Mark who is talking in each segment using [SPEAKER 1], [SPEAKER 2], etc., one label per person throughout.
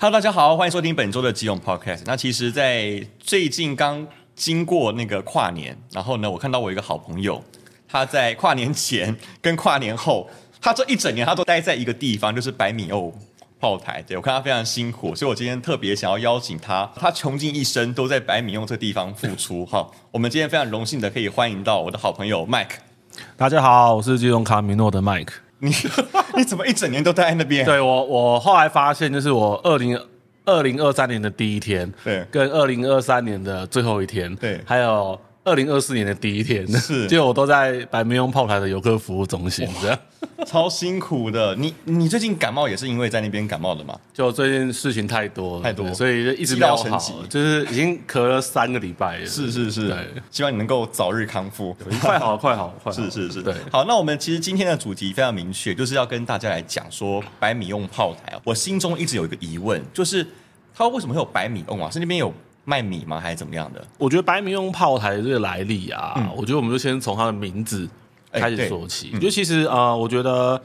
[SPEAKER 1] Hello，大家好，欢迎收听本周的基隆 Podcast。那其实，在最近刚经过那个跨年，然后呢，我看到我一个好朋友，他在跨年前跟跨年后，他这一整年他都待在一个地方，就是百米欧炮台。对我看他非常辛苦，所以我今天特别想要邀请他， 他穷尽一生都在百米欧这地方付出。哈，我们今天非常荣幸的可以欢迎到我的好朋友 Mike。
[SPEAKER 2] 大家好，我是基隆卡米诺的 Mike。
[SPEAKER 1] 你你怎么一整年都待在那边？
[SPEAKER 2] 对我，我后来发现，就是我二零二零二三年的第一天，
[SPEAKER 1] 对
[SPEAKER 2] 跟二零二三年的最后一天，
[SPEAKER 1] 对
[SPEAKER 2] 还有二零二四年的第一天，
[SPEAKER 1] 是
[SPEAKER 2] 就我都在百明用炮台的游客服务中心，这样。
[SPEAKER 1] 超辛苦的。你你最近感冒也是因为在那边感冒的吗？
[SPEAKER 2] 就最近事情太多了，
[SPEAKER 1] 太多
[SPEAKER 2] 对所以就一
[SPEAKER 1] 积
[SPEAKER 2] 直没
[SPEAKER 1] 到
[SPEAKER 2] 有
[SPEAKER 1] 成
[SPEAKER 2] 好
[SPEAKER 1] 疾，
[SPEAKER 2] 就是已经咳了三个礼拜了，
[SPEAKER 1] 是是是
[SPEAKER 2] 对，
[SPEAKER 1] 希望你能够早日康复。
[SPEAKER 2] 快好了快好了快好
[SPEAKER 1] 是
[SPEAKER 2] 了，
[SPEAKER 1] 是是，
[SPEAKER 2] 对。
[SPEAKER 1] 好，那我们其实今天的主题非常明确，就是要跟大家来讲说百米用炮台。啊我心中一直有一个疑问，就是它为什么会有百米用啊？是那边有卖米吗？还是怎么样的？
[SPEAKER 2] 我觉得白明用炮台的这个来历啊，我觉得我们就先从它的名字开
[SPEAKER 1] 嗯哎对
[SPEAKER 2] 始说起。就其实呃，我觉得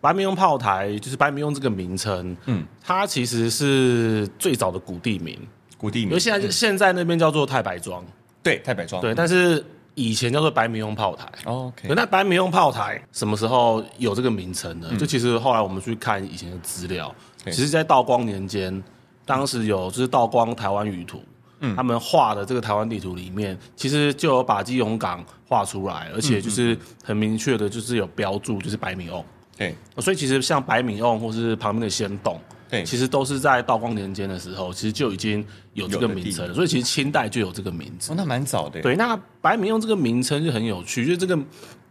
[SPEAKER 2] 白明用炮台就是白明用这个名称，嗯，它其实是最早的古地名，
[SPEAKER 1] 古地
[SPEAKER 2] 因
[SPEAKER 1] 米
[SPEAKER 2] 为现在、现在那边叫做太白庄，
[SPEAKER 1] 对太白庄
[SPEAKER 2] 对，但是以前叫做白明用炮台。
[SPEAKER 1] 哦
[SPEAKER 2] 对
[SPEAKER 1] ，OK，
[SPEAKER 2] 那白明用炮台什么时候有这个名称呢？就其实后来我们去看以前的资料，
[SPEAKER 1] 嗯对
[SPEAKER 2] 其实，在道光年间，当时有就是道光台湾舆图，嗯，他们画的这个台湾地图里面，其实就有把基隆港画出来，而
[SPEAKER 1] 嗯
[SPEAKER 2] 且就是很明确的，就是有标注就是白米瓮，
[SPEAKER 1] 对
[SPEAKER 2] 所以其实像白米瓮或是旁边的仙洞。
[SPEAKER 1] 对
[SPEAKER 2] 其实都是在道光年间的时候，其实就已经有这
[SPEAKER 1] 有
[SPEAKER 2] 个
[SPEAKER 1] 的地
[SPEAKER 2] 名称了，所以其实清代就有这个名字。
[SPEAKER 1] 哦，那蛮早的，
[SPEAKER 2] 对，那白米用这个名称就很有趣，就是这个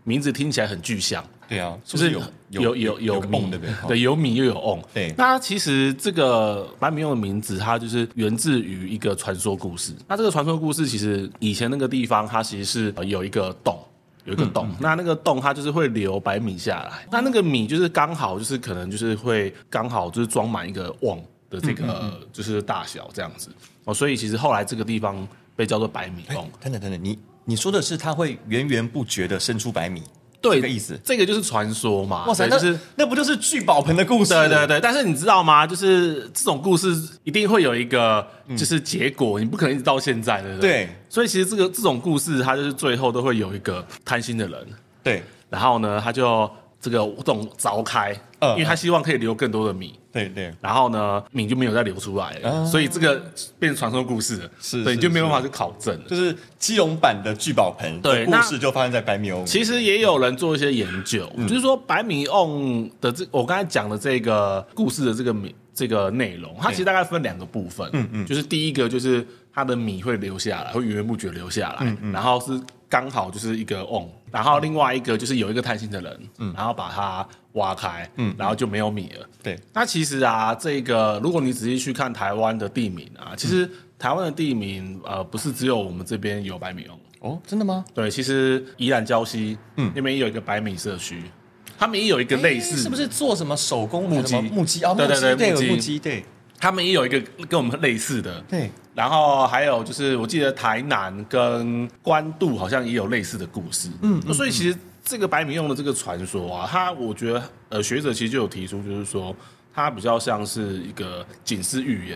[SPEAKER 2] 名字听起来很具象，
[SPEAKER 1] 对啊，是
[SPEAKER 2] 就
[SPEAKER 1] 不是
[SPEAKER 2] 是
[SPEAKER 1] 有
[SPEAKER 2] 有有
[SPEAKER 1] 有
[SPEAKER 2] 有
[SPEAKER 1] 个
[SPEAKER 2] 米
[SPEAKER 1] 泵对不对？哦
[SPEAKER 2] 对，有米又有瓮。
[SPEAKER 1] 对
[SPEAKER 2] 那其实这个白米用的名字，它就是源自于一个传说故事。那这个传说故事其实以前那个地方，它其实是呃有一个洞。有一个洞，那那个洞它就是会流白米下来，那那个米就是刚好就是可能就是会刚好就是装满一个瓮的这个就是大小这样子哦，所以其实后来这个地方被叫做白米瓮。
[SPEAKER 1] 哦等等等等，你你说的是它会源源不绝的生出百米，
[SPEAKER 2] 对，
[SPEAKER 1] 这个意思
[SPEAKER 2] 这个就是传说嘛。
[SPEAKER 1] 哇塞，
[SPEAKER 2] 对
[SPEAKER 1] 那
[SPEAKER 2] 就是
[SPEAKER 1] 那不就是聚宝盆的故事？
[SPEAKER 2] 对对对。但是你知道吗？就是这种故事一定会有一个就是结果，你不可能一直到现在，对不
[SPEAKER 1] 嗯
[SPEAKER 2] 对？
[SPEAKER 1] 对。
[SPEAKER 2] 所以其实这个这种故事，它就是最后都会有一个贪心的人，
[SPEAKER 1] 对
[SPEAKER 2] 然后呢，他就这个洞凿开，
[SPEAKER 1] 嗯
[SPEAKER 2] 因为他希望可以留更多的米。
[SPEAKER 1] 对对，
[SPEAKER 2] 然后呢，米就没有再流出来了，所以这个变成传说故事了，
[SPEAKER 1] 嗯是
[SPEAKER 2] 对，
[SPEAKER 1] 是
[SPEAKER 2] 你就没有办法去考证了。
[SPEAKER 1] 就是基隆版的聚宝盆，
[SPEAKER 2] 对
[SPEAKER 1] 故
[SPEAKER 2] 那
[SPEAKER 1] 事就发生在白米欧。
[SPEAKER 2] 其实也有人做一些研究，就是说白米瓮的这我刚才讲的这个故事的这个米这个内容，它其实大概分两个部分，嗯嗯，就是第一个就是它的米会流下来，会源源不绝流下来，嗯嗯，然后是刚好就是一个瓮，然后另外一个就是有一个贪心的人，嗯，然后把它挖开，嗯，然后就没有米了。
[SPEAKER 1] 对，
[SPEAKER 2] 那其实啊，这个如果你仔细去看台湾的地名啊，其实台湾的地名呃不是只有我们这边有白米瓮。
[SPEAKER 1] 哦，真的吗？
[SPEAKER 2] 对，其实宜兰礁溪，嗯，那边也有一个百米社区，他们也有一个类似，
[SPEAKER 1] 哎诶是不？是做什么手工
[SPEAKER 2] 木屐
[SPEAKER 1] 什么木屐啊？
[SPEAKER 2] 对
[SPEAKER 1] 木
[SPEAKER 2] 对对木
[SPEAKER 1] 屐
[SPEAKER 2] 屐
[SPEAKER 1] 有木屐，对
[SPEAKER 2] 他们也有一个跟我们类似的，
[SPEAKER 1] 对。
[SPEAKER 2] 然后还有就是，我记得台南跟关渡好像也有类似的故事，嗯，所以其实这个白米用的这个传说啊，它我觉得呃学者其实就有提出，就是说它比较像是一个警示预
[SPEAKER 1] 嗯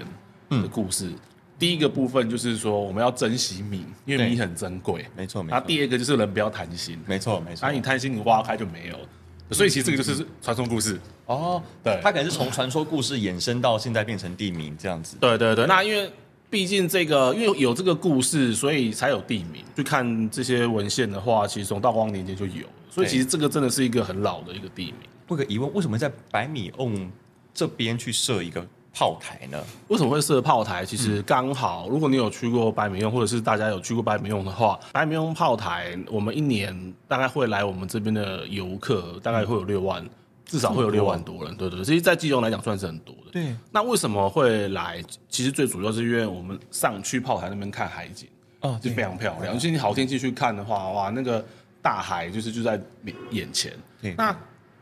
[SPEAKER 2] 言的故事。第一个部分就是说我们要珍惜米，因为
[SPEAKER 1] 对
[SPEAKER 2] 米很珍贵，
[SPEAKER 1] 没错没错
[SPEAKER 2] 然后第二个就是人不要贪心，
[SPEAKER 1] 没错没错
[SPEAKER 2] 啊，。你贪心，你挖开就没有了。所以其实这个就是传说故事。
[SPEAKER 1] 哦，
[SPEAKER 2] 对
[SPEAKER 1] 它可能是从传说故事衍生到现在变成地名这样子。
[SPEAKER 2] 对对对，那因为毕竟这个，因为有这个故事，所以才有地名。去看这些文献的话，其实从道光年间就有了，所以
[SPEAKER 1] 对
[SPEAKER 2] 其实这个真的是一个很老的一个地名。
[SPEAKER 1] 我有个疑问，为什么在百米瓮这边去设一个炮台呢？
[SPEAKER 2] 为什么会设炮台？其实刚好，如果你有去过白米用，或者是大家有去过白米用的话，白米用炮台，我们一年大概会来我们这边的游客，大概会有六万，至少会有六万多人。对对，对其实，在基隆来讲算是很多的。
[SPEAKER 1] 对，
[SPEAKER 2] 那为什么会来？其实最主要是因为我们上去炮台那边看海景，
[SPEAKER 1] 哦，
[SPEAKER 2] 就非常漂亮。尤其你好天气去看的话，哇，那个大海就是就在你眼前
[SPEAKER 1] 对。
[SPEAKER 2] 那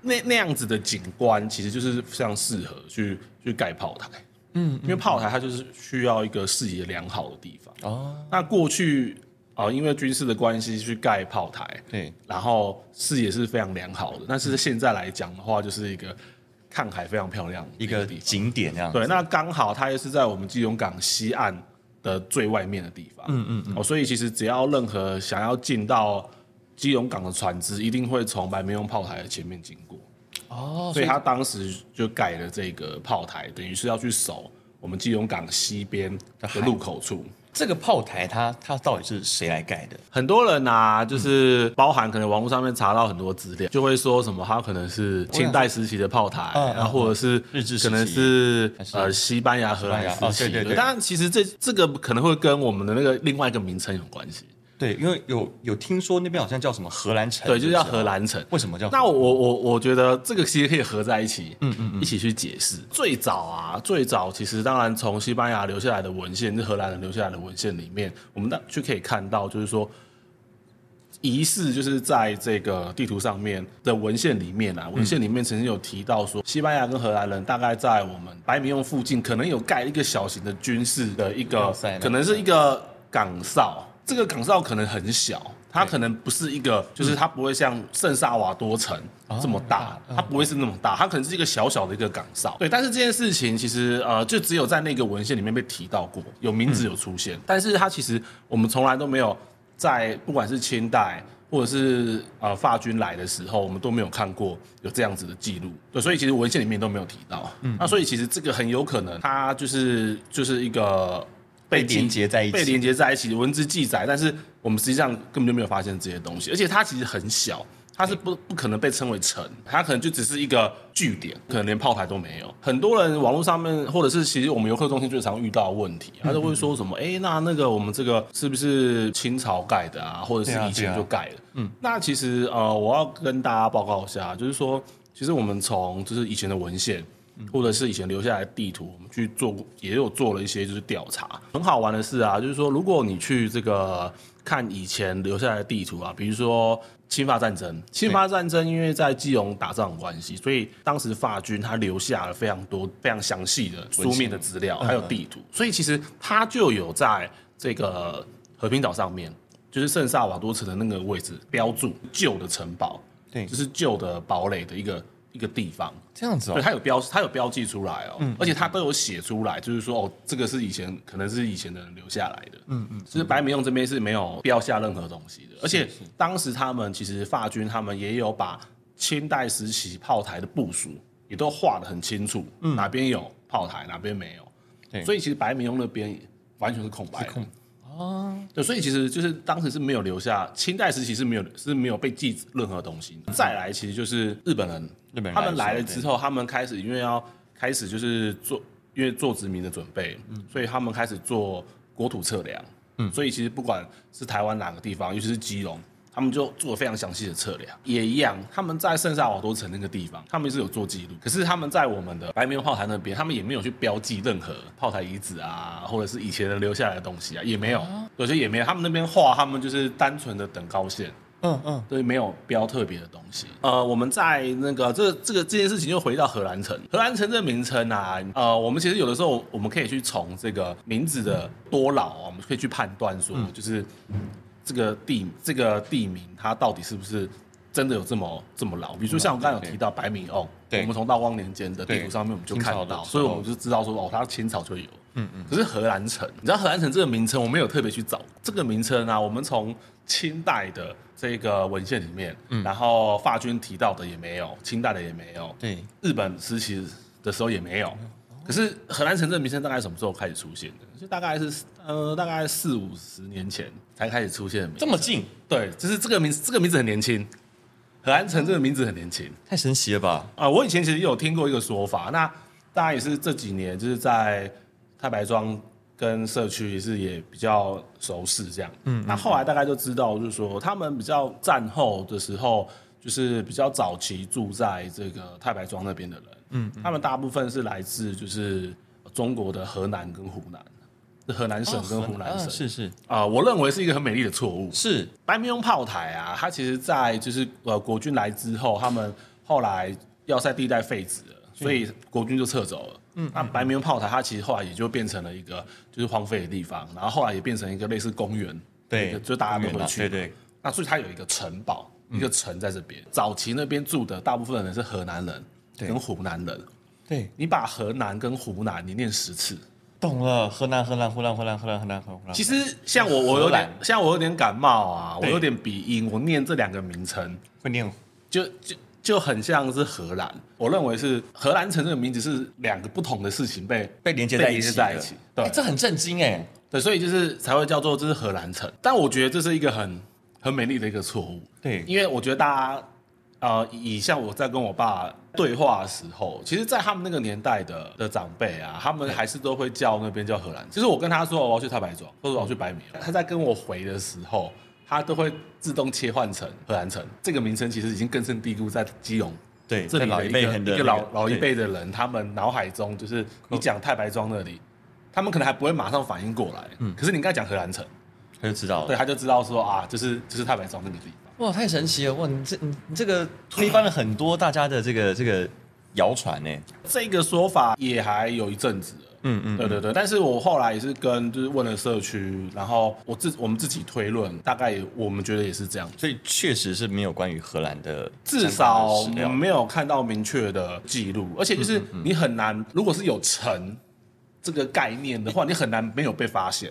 [SPEAKER 2] 那那样子的景观，其实就是非常适合去去盖炮台。嗯，因为炮台它就是需要一个视野良好的地方。
[SPEAKER 1] 哦，
[SPEAKER 2] 那过去啊、因为军事的关系去盖炮台，
[SPEAKER 1] 对，
[SPEAKER 2] 然后视野是非常良好的。但是现在来讲的话，就是一个看海非常漂亮
[SPEAKER 1] 一个
[SPEAKER 2] 地方。
[SPEAKER 1] 景点这样子。
[SPEAKER 2] 对，那刚好它也是在我们基隆港西岸的最外面的地方。嗯嗯嗯。哦，所以其实只要任何想要进到基隆港的船只，一定会从白明用炮台的前面经过。
[SPEAKER 1] 哦，
[SPEAKER 2] 所以他当时就改了这个炮台，等于是要去守我们基隆港西边的入口处。
[SPEAKER 1] 这个炮台它它到底是谁来盖的？
[SPEAKER 2] 很多人啊，就是包含可能网络上面查到很多资料，就会说什么它可能是清代时期的炮台，
[SPEAKER 1] 嗯
[SPEAKER 2] 然后或者是
[SPEAKER 1] 日治时期
[SPEAKER 2] 可能是
[SPEAKER 1] 还是
[SPEAKER 2] 呃西班牙、荷兰
[SPEAKER 1] 西班牙哦
[SPEAKER 2] 时期
[SPEAKER 1] 对对
[SPEAKER 2] 的。
[SPEAKER 1] 对
[SPEAKER 2] 当然，其实这这个可能会跟我们的那个另外一个名称有关系，
[SPEAKER 1] 对，因为有有听说那边好像叫什么荷兰城，
[SPEAKER 2] 对，就是叫
[SPEAKER 1] 不
[SPEAKER 2] 荷兰城。
[SPEAKER 1] 为什么叫？
[SPEAKER 2] 那我我我觉得这个其实可以合在一起，嗯嗯一起去解释。最早啊，最早其实当然从西班牙留下来的文献，是荷兰人留下来的文献里面，我们那就可以看到，就是说仪式就是在这个地图上面的文献里面啊，文献里面曾经有提到说，西班牙跟荷兰人大概在我们白米用附近，可能有盖一个小型的军事的一
[SPEAKER 1] 要
[SPEAKER 2] 个
[SPEAKER 1] 塞那，种
[SPEAKER 2] 可能是一个岗哨。这个岗哨可能很小，它可能不是一个，就是它不会像圣萨瓦多城这么大，它不会是那么大，它可能是一个小小的一个岗哨。对，但是这件事情其实呃，就只有在那个文献里面被提到过，有名字有出现，但是它其实我们从来都没有在不管是清代或者是呃法军来的时候，我们都没有看过有这样子的记录，对，所以其实文献里面都没有提到。嗯，那所以其实这个很有可能它就是就是一个
[SPEAKER 1] 被
[SPEAKER 2] 记
[SPEAKER 1] 连接在一起
[SPEAKER 2] 被连接在一起，文字记载，但是我们实际上根本就没有发现这些东西，而且它其实很小。它是不不可能被称为城，它可能就只是一个据点，可能连炮台都没有。很多人网络上面，或者是其实我们游客中心最常遇到的问题，他就会说
[SPEAKER 1] 嗯
[SPEAKER 2] 什么：“哎、那那个我们这个是不是清朝盖的啊，或者
[SPEAKER 1] 对啊
[SPEAKER 2] 是以
[SPEAKER 1] 对
[SPEAKER 2] 前
[SPEAKER 1] 啊
[SPEAKER 2] 就盖了。嗯，那其实呃，我要跟大家报告一下，就是说，其实我们从就是以前的文献，或者是以前留下来的地图，我们去做过也有做了一些就是调查。很好玩的是啊，就是说，如果你去这个看以前留下来的地图啊，比如说。侵法战争，侵法战争因为在基隆打仗的关系，所以当时法军他留下了非常多、非常详细的书面的资料，还有地图，所以其实他就有在这个和平岛上面就是圣萨瓦多城的那个位置标注旧的城堡，
[SPEAKER 1] 对
[SPEAKER 2] 就是旧的堡垒的一个一个地方，
[SPEAKER 1] 这样子
[SPEAKER 2] 对，
[SPEAKER 1] 哦，嗯
[SPEAKER 2] 它有标，它有标记出来哦，而且它都有写出来，就是说哦，这个是以前可能是以前的人留下来的，嗯嗯，就是白米用这边是没有标下任何东西的，而且当时他们其实法军他们也有把清代时期炮台的部署也都画得很清楚，哪边有炮台，哪边没有，
[SPEAKER 1] 嗯对
[SPEAKER 2] 所以其实白米用那边完全是空白的，
[SPEAKER 1] 哦
[SPEAKER 2] 对，所以其实就是当时是没有留下清代时期是没有是没有被记任何东西的。再来，其实就是日本人，
[SPEAKER 1] 日本人
[SPEAKER 2] 他们
[SPEAKER 1] 来的
[SPEAKER 2] 来了
[SPEAKER 1] 时候
[SPEAKER 2] 之后，他们开始因为要开始就是做因为做殖民的准备，所以他们开始做国土测量。嗯，所以其实不管是台湾哪个地方，尤其是基隆。他们就做了非常详细的测量，也一样。他们在圣萨瓦多城那个地方，他们是有做记录，可是他们在我们的白明炮台那边，他们也没有去标记任何炮台遗址啊，或者是以前人留下来的东西啊，也没有，有些也没有。他们那边画，他们就是单纯的等高线，
[SPEAKER 1] 嗯嗯，
[SPEAKER 2] 对，没有标特别的东西。呃，我们在那个这这个这件事情又回到荷兰城，荷兰城这个名称啊，呃，我们其实有的时候我们可以去从这个名字的多老啊，我们可以去判断说，就是这个地这个地名它到底是不是。真的有这么这么老？比如说像我刚才有提到白米瓮，
[SPEAKER 1] 对
[SPEAKER 2] 我们从道光年间的地
[SPEAKER 1] 对
[SPEAKER 2] 图上面我们就
[SPEAKER 1] 清朝
[SPEAKER 2] 看
[SPEAKER 1] 的时
[SPEAKER 2] 到，
[SPEAKER 1] 候
[SPEAKER 2] 所以我们就知道说哦，它清朝就有。嗯嗯。可是荷兰城，你知道荷兰城这个名称，我没有特别去找这个名称啊。我们从清代的这个文献里面，然后法军提到的也没有，清代的也没有，
[SPEAKER 1] 对，
[SPEAKER 2] 日本时期的时候也没有。可是荷兰城这个名称大概什么时候开始出现的？就大概是呃，大概四五十年前才开始出现的名
[SPEAKER 1] 这
[SPEAKER 2] 称。
[SPEAKER 1] 么近，
[SPEAKER 2] 对，就是这个名字，这个名字很年轻。荷兰城这个名字很年轻。
[SPEAKER 1] 太神奇了吧？
[SPEAKER 2] 啊、我以前其实有听过一个说法，那当然也是这几年就是在太白庄跟社区是也比较熟识这样，嗯，那后来大概就知道，就是说他们比较战后的时候，就是比较早期住在这个太白庄那边的人，嗯，他们大部分是来自就是中国的河南跟湖南，是河南省跟湖南
[SPEAKER 1] 哦
[SPEAKER 2] 省，
[SPEAKER 1] 是是
[SPEAKER 2] 啊、我认为是一个很美丽的错误，
[SPEAKER 1] 是，
[SPEAKER 2] 白明用炮台啊，它其实在就是呃国军来之后，他们后来要塞地带废止了，所以国军就撤走了。嗯，那白明用炮台它其实后来也就变成了一个就是荒废的地方，然后后来也变成一个类似公园，
[SPEAKER 1] 对，
[SPEAKER 2] 就大家都会去。
[SPEAKER 1] 对对，
[SPEAKER 2] 嗯那所以它有一个城堡，一个城在这边。早期那边住的大部分人是河南人，
[SPEAKER 1] 对
[SPEAKER 2] 跟湖南人，
[SPEAKER 1] 对，
[SPEAKER 2] 你把河南跟湖南你念十次，
[SPEAKER 1] 懂了。河南，河南，河南，河南，河南，河南，河南。
[SPEAKER 2] 其实像我，我有
[SPEAKER 1] 荷
[SPEAKER 2] 点
[SPEAKER 1] 兰
[SPEAKER 2] 像我有点感冒啊，我
[SPEAKER 1] 对
[SPEAKER 2] 有点鼻音，我念这两个名称
[SPEAKER 1] 会念
[SPEAKER 2] 就就就很像是荷兰。我认为是荷兰城这个名字是两个不同的事情被
[SPEAKER 1] 被连接
[SPEAKER 2] 被
[SPEAKER 1] 在一
[SPEAKER 2] 连接
[SPEAKER 1] 起，
[SPEAKER 2] 在一起。
[SPEAKER 1] 哎
[SPEAKER 2] 对
[SPEAKER 1] 这很震惊哎。
[SPEAKER 2] 对，所以就是才会叫做这是荷兰城。但我觉得这是一个很很美丽的一个错误，
[SPEAKER 1] 对，
[SPEAKER 2] 因为我觉得大家。呃，以像我在跟我爸对话的时候，其实，在他们那个年代的的长辈啊，他们还是都会叫那边叫荷兰。就是我跟他说我要去太白庄，或者我要去白米，他在跟我回的时候，他都会自动切换成荷兰城这个名称，其实已经根深蒂固在基隆
[SPEAKER 1] 对，
[SPEAKER 2] 这
[SPEAKER 1] 在
[SPEAKER 2] 里
[SPEAKER 1] 老
[SPEAKER 2] 的
[SPEAKER 1] 一
[SPEAKER 2] 一
[SPEAKER 1] 辈
[SPEAKER 2] 个
[SPEAKER 1] 很
[SPEAKER 2] 一
[SPEAKER 1] 的
[SPEAKER 2] 个
[SPEAKER 1] 那
[SPEAKER 2] 老老一
[SPEAKER 1] 对哦
[SPEAKER 2] 辈的人，他们脑海中就是你讲太白庄那里，他们可能还不会马上反应过来，
[SPEAKER 1] 嗯
[SPEAKER 2] 可是你应该讲荷兰城，
[SPEAKER 1] 他就知道
[SPEAKER 2] 对，
[SPEAKER 1] 了。
[SPEAKER 2] 他就知道说啊，就是就是太白庄那个地方，
[SPEAKER 1] 哇，太神奇了！哇，你这你你这个推翻了很多大家的这个这个谣传欸呢。
[SPEAKER 2] 这个说法也还有一阵子了。
[SPEAKER 1] 嗯嗯，
[SPEAKER 2] 对对对，但是我后来也是跟就是问了社区，然后我自我们自己推论，大概也我们觉得也是这样，
[SPEAKER 1] 所以确实是没有关于荷兰的相关
[SPEAKER 2] 至少
[SPEAKER 1] 的史
[SPEAKER 2] 我
[SPEAKER 1] 料嗯
[SPEAKER 2] 们没有看到明确的记录，而且就是你很难，如果是有城这个概念的话，你很难没有被发现。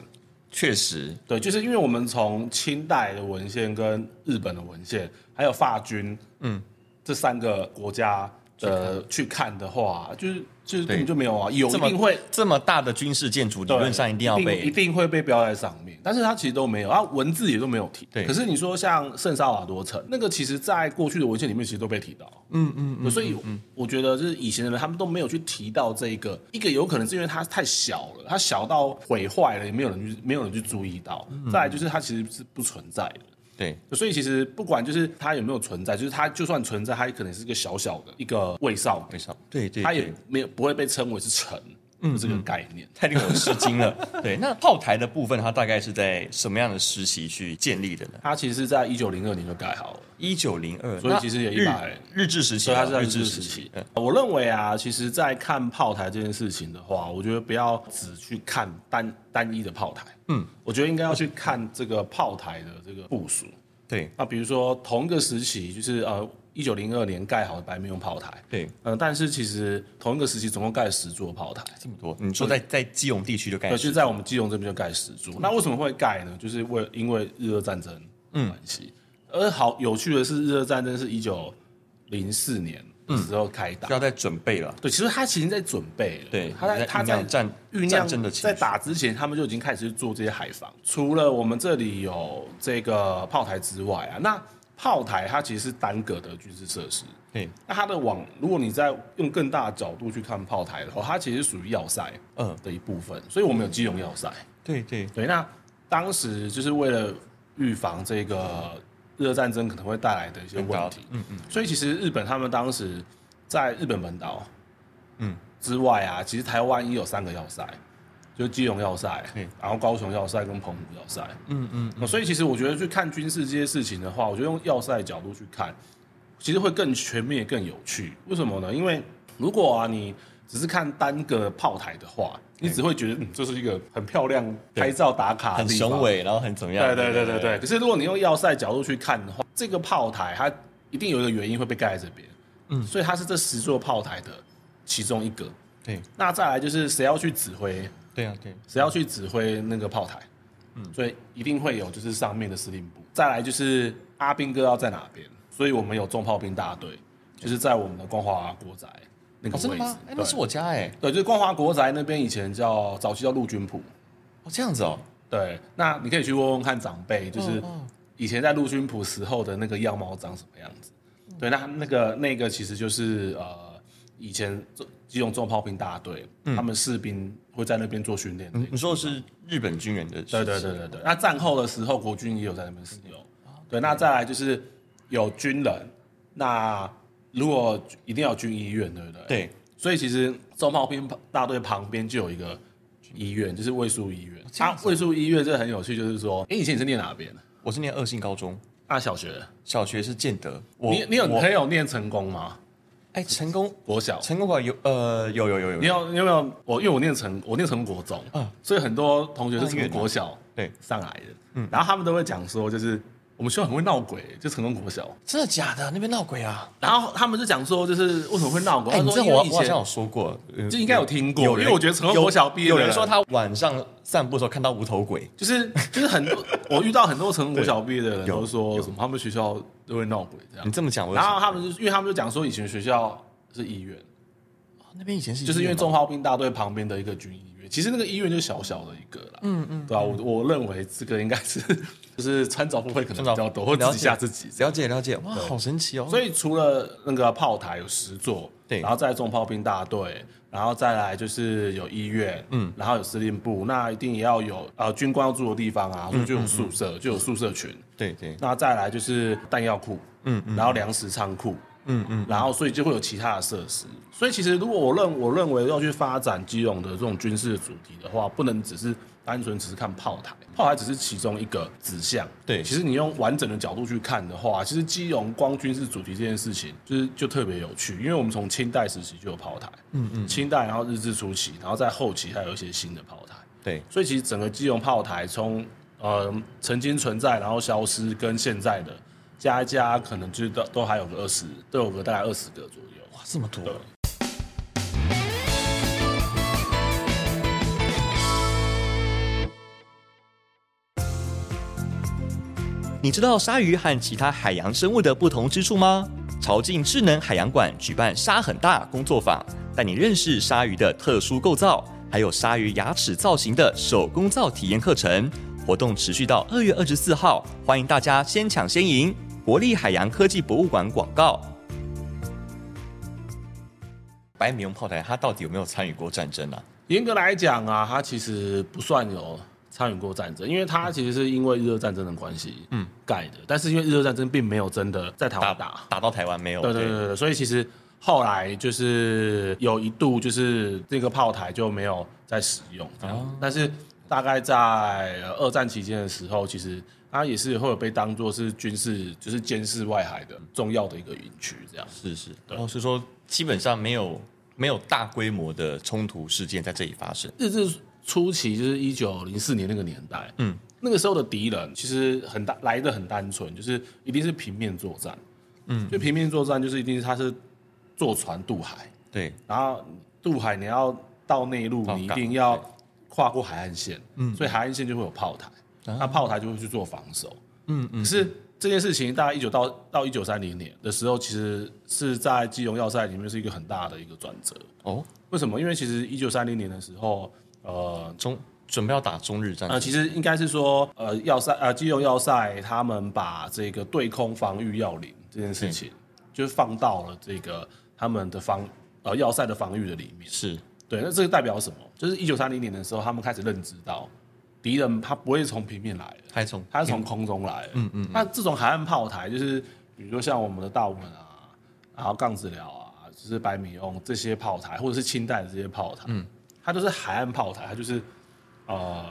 [SPEAKER 1] 确实
[SPEAKER 2] 对，就是因为我们从清代的文献、跟日本的文献，还有法军，
[SPEAKER 1] 嗯
[SPEAKER 2] 嗯，这三个国家的去看的话，就是就是根
[SPEAKER 1] 对
[SPEAKER 2] 本就没有啊，有
[SPEAKER 1] 这
[SPEAKER 2] 一
[SPEAKER 1] 么
[SPEAKER 2] 定会
[SPEAKER 1] 这么大的军事建筑，理
[SPEAKER 2] 对
[SPEAKER 1] 论上一定要
[SPEAKER 2] 一
[SPEAKER 1] 被
[SPEAKER 2] 定会被标在上面，但是它其实都没有，啊，文字也都没有提。
[SPEAKER 1] 对
[SPEAKER 2] 可是你说像圣萨瓦多城那个，其实在过去的文献里面其实都被提到。嗯嗯所以我觉得就是以前的人他们都没有去提到这一个，一个有可能是因为它太小了，它小到毁坏了，也没有人去没有人去注意到。
[SPEAKER 1] 嗯
[SPEAKER 2] 再来就是它其实是不存在的。
[SPEAKER 1] 对
[SPEAKER 2] 所以其实不管就是它有没有存在，就是它就算存在，它也可能是一个小小的一个卫少国，
[SPEAKER 1] 为什么？对对，
[SPEAKER 2] 它
[SPEAKER 1] 对嗯
[SPEAKER 2] 也没有不会被称为是城的这个概念。
[SPEAKER 1] 太令我吃惊了。 对，那炮台的部分，它大概是在什么样的时期去建立的呢？
[SPEAKER 2] 它其实是在一九零二年就盖好了，
[SPEAKER 1] 一九零二，
[SPEAKER 2] 所以其实也
[SPEAKER 1] 那
[SPEAKER 2] 100
[SPEAKER 1] 日日治时期
[SPEAKER 2] 所以
[SPEAKER 1] 啊，
[SPEAKER 2] 它是在
[SPEAKER 1] 日
[SPEAKER 2] 日治
[SPEAKER 1] 时
[SPEAKER 2] 时期。我认为啊，其实，在看炮台这件事情的话，我觉得不要只去看单单一的炮台，嗯，我觉得应该要去看这个炮台的这个部署。
[SPEAKER 1] 对
[SPEAKER 2] 那比如说同一个时期，就是呃一九零二年盖好的白明用炮台，
[SPEAKER 1] 对，
[SPEAKER 2] 嗯、但是其实同一个时期总共盖了十座炮台。
[SPEAKER 1] 这么多。你说在在基隆地区就盖
[SPEAKER 2] 对，
[SPEAKER 1] 了
[SPEAKER 2] 就是在我们基隆这边就盖十柱。那为什么会盖呢？就是为因为日俄战争的关系。而好有趣的是，日俄战争是一九零四年的时候开打。
[SPEAKER 1] 就要在准备了。
[SPEAKER 2] 对，其实他其实在准备了，
[SPEAKER 1] 对
[SPEAKER 2] 他嗯在
[SPEAKER 1] 在
[SPEAKER 2] 他
[SPEAKER 1] 酝
[SPEAKER 2] 在
[SPEAKER 1] 酿战
[SPEAKER 2] 酝
[SPEAKER 1] 战
[SPEAKER 2] 酿
[SPEAKER 1] 争的情
[SPEAKER 2] 在
[SPEAKER 1] 绪
[SPEAKER 2] 打之前，他们就已经开始去做这些海防。除了我们这里有这个炮台之外啊，那炮台它其实是单个的军事设施，
[SPEAKER 1] 对，
[SPEAKER 2] 那它的网，如果你在用更大的角度去看炮台的话，它其实属于要塞
[SPEAKER 1] 嗯
[SPEAKER 2] 的一部分，所以我们有基隆要塞。
[SPEAKER 1] 对对
[SPEAKER 2] 对，那当时就是为了预防这个日俄战争可能会带来的一些问题，
[SPEAKER 1] 嗯嗯，
[SPEAKER 2] 所以其实日本他们当时在日本本岛，
[SPEAKER 1] 嗯
[SPEAKER 2] 嗯之外啊，其实台湾也有三个要塞，就是基隆要塞
[SPEAKER 1] 对，
[SPEAKER 2] 然后高雄要塞跟澎湖要塞，
[SPEAKER 1] 嗯嗯，
[SPEAKER 2] 所以其实我觉得去看军事这些事情的话，我觉得用要塞的角度去看，其实会更全面、更有趣。为什么呢？因为如果啊你只是看单个炮台的话，你只会觉得、嗯、这是一个很漂亮拍照打卡的
[SPEAKER 1] 很
[SPEAKER 2] 地方
[SPEAKER 1] 雄。伟，啊然后很怎么样？
[SPEAKER 2] 对对对对对。可是如果你用要塞角度去看的话，这个炮台它一定有一个原因会被盖在这边，嗯，所以它是这十座炮台的其中一个。
[SPEAKER 1] 对
[SPEAKER 2] 那再来就是谁要去指挥
[SPEAKER 1] 对啊对，
[SPEAKER 2] 谁要去指挥那个炮台，嗯，所以一定会有就是上面的司令部，再来就是阿兵哥要在哪边，所以我们有重炮兵大队，就是在我们的光华国宅那个
[SPEAKER 1] 哦真的
[SPEAKER 2] 位置，
[SPEAKER 1] 吗？哎，那
[SPEAKER 2] 对
[SPEAKER 1] 是我家哎，
[SPEAKER 2] 对，就是光华国宅那边以前叫早期叫陆军铺，
[SPEAKER 1] 哦这样子哦，
[SPEAKER 2] 对，那你可以去问问看长辈，就是
[SPEAKER 1] 哦哦
[SPEAKER 2] 以前在陆军铺时候的那个样貌长什么样子，
[SPEAKER 1] 嗯
[SPEAKER 2] 对，那那个那个其实就是呃以前重机动重炮兵大队，
[SPEAKER 1] 嗯
[SPEAKER 2] 他们士兵会在那边做训练的一个
[SPEAKER 1] 你说的是日本军人的事
[SPEAKER 2] 对对对对对。那战后的时候，国军也有在那边使用。对，那再来就是有军人，那如果一定要有军医院，对不对？。
[SPEAKER 1] 对，
[SPEAKER 2] 所以其实重炮兵大队旁边就有一个医院，就是卫戍医院。
[SPEAKER 1] 这样
[SPEAKER 2] 啊
[SPEAKER 1] 子，
[SPEAKER 2] 卫戍医院这很有趣，就是说，哎，以前你是念哪边的？
[SPEAKER 1] 我是念二信高中，
[SPEAKER 2] 啊，小学。
[SPEAKER 1] 小学是建德。我
[SPEAKER 2] 你你有
[SPEAKER 1] 我
[SPEAKER 2] 朋友念成功吗？
[SPEAKER 1] 哎成功
[SPEAKER 2] 国小。
[SPEAKER 1] 成功馆有呃有有有有
[SPEAKER 2] 你有你有没有？我因为我念成我念成国中，所以很多同学是
[SPEAKER 1] 那很
[SPEAKER 2] 从
[SPEAKER 1] 远啊
[SPEAKER 2] 国小
[SPEAKER 1] 对
[SPEAKER 2] 嗯上来的，然后他们都会讲说，就是我们学校很会闹鬼，就成功国小。
[SPEAKER 1] 真的假的？那边闹鬼啊！
[SPEAKER 2] 然后他们就讲说，就是为什么会闹鬼？
[SPEAKER 1] 哎，
[SPEAKER 2] 他
[SPEAKER 1] 你
[SPEAKER 2] 说
[SPEAKER 1] 这
[SPEAKER 2] 因
[SPEAKER 1] 我我
[SPEAKER 2] 为以
[SPEAKER 1] 好像有
[SPEAKER 2] 前
[SPEAKER 1] 说过，呃
[SPEAKER 2] 就应该有听过
[SPEAKER 1] 有人
[SPEAKER 2] 因为我觉得成功国小毕业的
[SPEAKER 1] 有
[SPEAKER 2] 人
[SPEAKER 1] 人说他晚上散步的时候看到无头鬼，
[SPEAKER 2] 就是就是很多 我遇到很多成功国小毕业的人
[SPEAKER 1] 有
[SPEAKER 2] 都说什么他们学校都会闹鬼这样
[SPEAKER 1] 你。这么讲，我就
[SPEAKER 2] 然后他们就因为他们就讲说以前学校是医院，
[SPEAKER 1] 那边以前是
[SPEAKER 2] 就是因为
[SPEAKER 1] 中
[SPEAKER 2] 中华兵大队旁边的一个军医院，其实那个医院就小小的一个啦。嗯嗯，对啊，我我认为这个应该是 就是穿凿附会可能比较多，或自己吓自己这样。
[SPEAKER 1] 了解了解，哇，好神奇哦！
[SPEAKER 2] 所
[SPEAKER 1] 以
[SPEAKER 2] 以除了那个炮台有十座，
[SPEAKER 1] 对
[SPEAKER 2] 然后再来重炮兵大队，然后再来就是有医院，嗯，然后有司令部，那一定也要有呃军官要住的地方啊，所以就有宿舍，就有宿舍群。
[SPEAKER 1] 对对，
[SPEAKER 2] 那再来就是弹药库，嗯嗯，然后粮食仓库，嗯嗯，然后所以就会有其他的设施。所以其实如果我认我认为要去发展基隆的这种军事的主题的话，不能只是单纯只是看炮台，炮台只是其中一个指向。
[SPEAKER 1] 对
[SPEAKER 2] 其实你用完整的角度去看的话，其实基隆光军事主题这件事情，就是就特别有趣，因为我们从清代时期就有炮台，嗯嗯，清代然后日治初期，然后在后期还有一些新的炮台。
[SPEAKER 1] 对，
[SPEAKER 2] 所以其实整个基隆炮台从呃曾经存在，然后消失，跟现在的加一加，可能就都都还有个二十，都有个大概二十个左右。
[SPEAKER 1] 哇，这么多
[SPEAKER 2] 对
[SPEAKER 1] 你知道鲨鱼和其他海洋生物的不同之处吗？潮境智能海洋馆举办“鲨很大”工作坊，带你认识鲨鱼的特殊构造，还有鲨鱼牙齿造型的手工皂体验课程。活动持续到二月二十四号，欢迎大家先抢先赢。国立海洋科技博物馆广告。白米龙炮台，它到底有没有参与过战争啊？
[SPEAKER 2] 严格来讲啊，它其实不算有参与过战争，因为它其实是因为日俄战争的关系，嗯，盖的。但是因为日俄战争并没有真的在台湾打，
[SPEAKER 1] 打到台湾没有？
[SPEAKER 2] 对对对对，所以其实后来就是有一度就是这个炮台就没有再使用，但
[SPEAKER 1] 哦
[SPEAKER 2] 是大概在呃二战期间的时候，其实它也是会有被当做是军事就是监视外海的重要的一个营区这样。
[SPEAKER 1] 是是，哦，所以说基本上没有没有大规模的冲突事件在这里发生。
[SPEAKER 2] 日治初期就是一九零四年那个年代，嗯，那个时候的敌人其实很单来的很单纯，就是一定是平面作战，嗯，就平面作战就是一定是他是坐船渡海，
[SPEAKER 1] 对，
[SPEAKER 2] 然后渡海你要到内陆，
[SPEAKER 1] 到
[SPEAKER 2] 你一
[SPEAKER 1] 港
[SPEAKER 2] 定要跨过海岸线，嗯，所以海岸线就会有炮台，那炮台就会去做防守，嗯嗯。可是这件事情大概一九到到一九三零年的时候，其实是在基隆要塞里面是一个很大的一个转折。
[SPEAKER 1] 哦，
[SPEAKER 2] 为什么？因为其实一九三零年的时候，呃。
[SPEAKER 1] 中准备要打中日战
[SPEAKER 2] 呃，
[SPEAKER 1] 争，
[SPEAKER 2] 其实应该是说，呃，要塞，呃，基隆要塞，他们把这个对空防御要领这件事情，就是放到了这个他们的防，呃，要塞的防御的里面。
[SPEAKER 1] 是
[SPEAKER 2] 对，那这个代表什么？就是一九三零年的时候，他们开始认知到敌人他不会从平面来的，
[SPEAKER 1] 太从
[SPEAKER 2] 他是从空中来的。嗯嗯。那这种海岸炮台，就是比如说像我们的大文啊，然后杠子寮啊，就是百米用这些炮台，或者是清代的这些炮台，嗯，它就是海岸炮台，它就是呃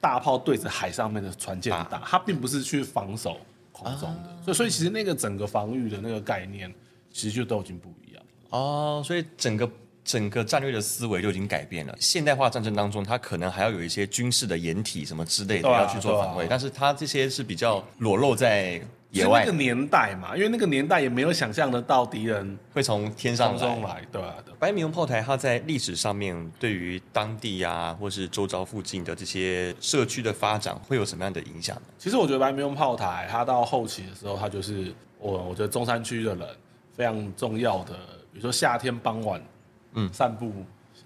[SPEAKER 2] 大炮对着海上面的船舰打，啊它并不是去防守空中的。所以，所以其实那个整个防御的那个概念，其实就都已经不一样了。
[SPEAKER 1] 哦，所以整个整个战略的思维就已经改变了。现代化战争当中，它可能还要有一些军事的掩体什么之类的、
[SPEAKER 2] 对啊
[SPEAKER 1] 要去做防卫，
[SPEAKER 2] 对啊
[SPEAKER 1] 但是它这些是比较裸露在野
[SPEAKER 2] 是
[SPEAKER 1] 外
[SPEAKER 2] 那个，年代嘛，因为那个年代也没有想象得到敌人
[SPEAKER 1] 会从天上
[SPEAKER 2] 上
[SPEAKER 1] 来
[SPEAKER 2] 中。来，对啊，对。
[SPEAKER 1] 白米龙炮台，它在历史上面对于当地啊，或是周遭附近的这些社区的发展，会有什么样的影响呢？
[SPEAKER 2] 其实我觉得白明用炮台，它到后期的时候，它就是我我觉得中山区的人非常重要的，比如说夏天傍晚，嗯，散步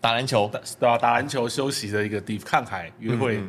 [SPEAKER 1] 打篮球，
[SPEAKER 2] 打对吧、啊打篮球休息的一个地，看海约
[SPEAKER 1] 嗯
[SPEAKER 2] 会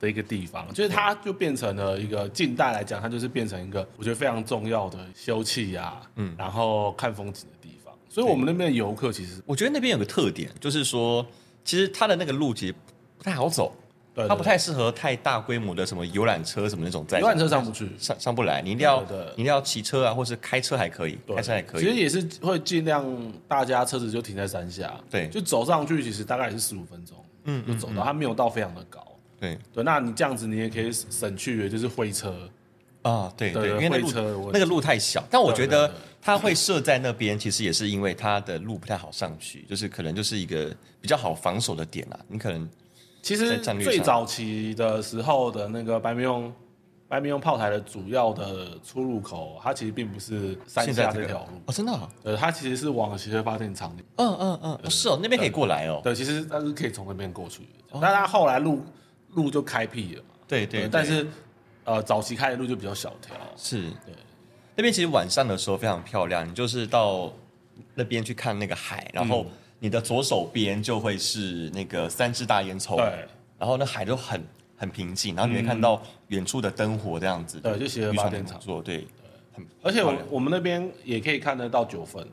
[SPEAKER 2] 的一个地方，就是它就变成了一个近代来讲，它就是变成一个我觉得非常重要的休憩啊，嗯，然后看风景的地方。所以我们那边的游客其实
[SPEAKER 1] 我觉得那边有个特点，就是说，其实它的那个路其实不太好走，
[SPEAKER 2] 对
[SPEAKER 1] 它不太适合太大规模的什么游览车什么那种在
[SPEAKER 2] 游览车上不去，
[SPEAKER 1] 上上不来，你一定要
[SPEAKER 2] 对对对
[SPEAKER 1] 你一定要骑车啊，或是开车还可以，
[SPEAKER 2] 对
[SPEAKER 1] 开车还可
[SPEAKER 2] 其实
[SPEAKER 1] 以，
[SPEAKER 2] 也是会尽量大家车子就停在山下，
[SPEAKER 1] 对
[SPEAKER 2] 就走上去，其实大概也是十五分钟，嗯，就走到，它没有到非常的高。
[SPEAKER 1] 对
[SPEAKER 2] 对，那你这样子你也可以省去，就是灰车，
[SPEAKER 1] 啊，对
[SPEAKER 2] 对
[SPEAKER 1] 对，因为
[SPEAKER 2] 对
[SPEAKER 1] 那
[SPEAKER 2] 会车的
[SPEAKER 1] 路
[SPEAKER 2] 问题
[SPEAKER 1] 那个路太小，但我觉
[SPEAKER 2] 对
[SPEAKER 1] 得
[SPEAKER 2] 对对
[SPEAKER 1] 它会设在那边，其实也是因为它的路不太好上去，就是可能就是一个比较好防守的点啊，你可能
[SPEAKER 2] 其
[SPEAKER 1] 在
[SPEAKER 2] 实
[SPEAKER 1] 战略上
[SPEAKER 2] 最早期的时候的那个白明用白明用炮台的主要的出入口，它其实并不是山
[SPEAKER 1] 现在
[SPEAKER 2] 下
[SPEAKER 1] 这
[SPEAKER 2] 这
[SPEAKER 1] 个
[SPEAKER 2] 条路，
[SPEAKER 1] 哦，真的哦，
[SPEAKER 2] 呃，它其实是往斜对发电厂里。
[SPEAKER 1] 嗯嗯嗯，哦是哦，那边可以过来哦。
[SPEAKER 2] 对，其实它是可以从那边过去的，但它后来路路就开辟了嘛。
[SPEAKER 1] 对哦对，对
[SPEAKER 2] 但是呃，早期开的路就比较小条。
[SPEAKER 1] 是
[SPEAKER 2] 对，
[SPEAKER 1] 那边其实晚上的时候非常漂亮，你就是到那边去看那个海，然
[SPEAKER 2] 嗯
[SPEAKER 1] 后你的左手边就会是那个三只大烟囱，
[SPEAKER 2] 对，嗯
[SPEAKER 1] 然后那海就很很平静，然后你会看到远处的灯火这样子，
[SPEAKER 2] 对就斜着
[SPEAKER 1] 渔
[SPEAKER 2] 发
[SPEAKER 1] 船
[SPEAKER 2] 电
[SPEAKER 1] 怎么
[SPEAKER 2] 厂
[SPEAKER 1] 做对，很
[SPEAKER 2] 而且
[SPEAKER 1] 漂
[SPEAKER 2] 我
[SPEAKER 1] 亮
[SPEAKER 2] 我们那边也可以看得到九份，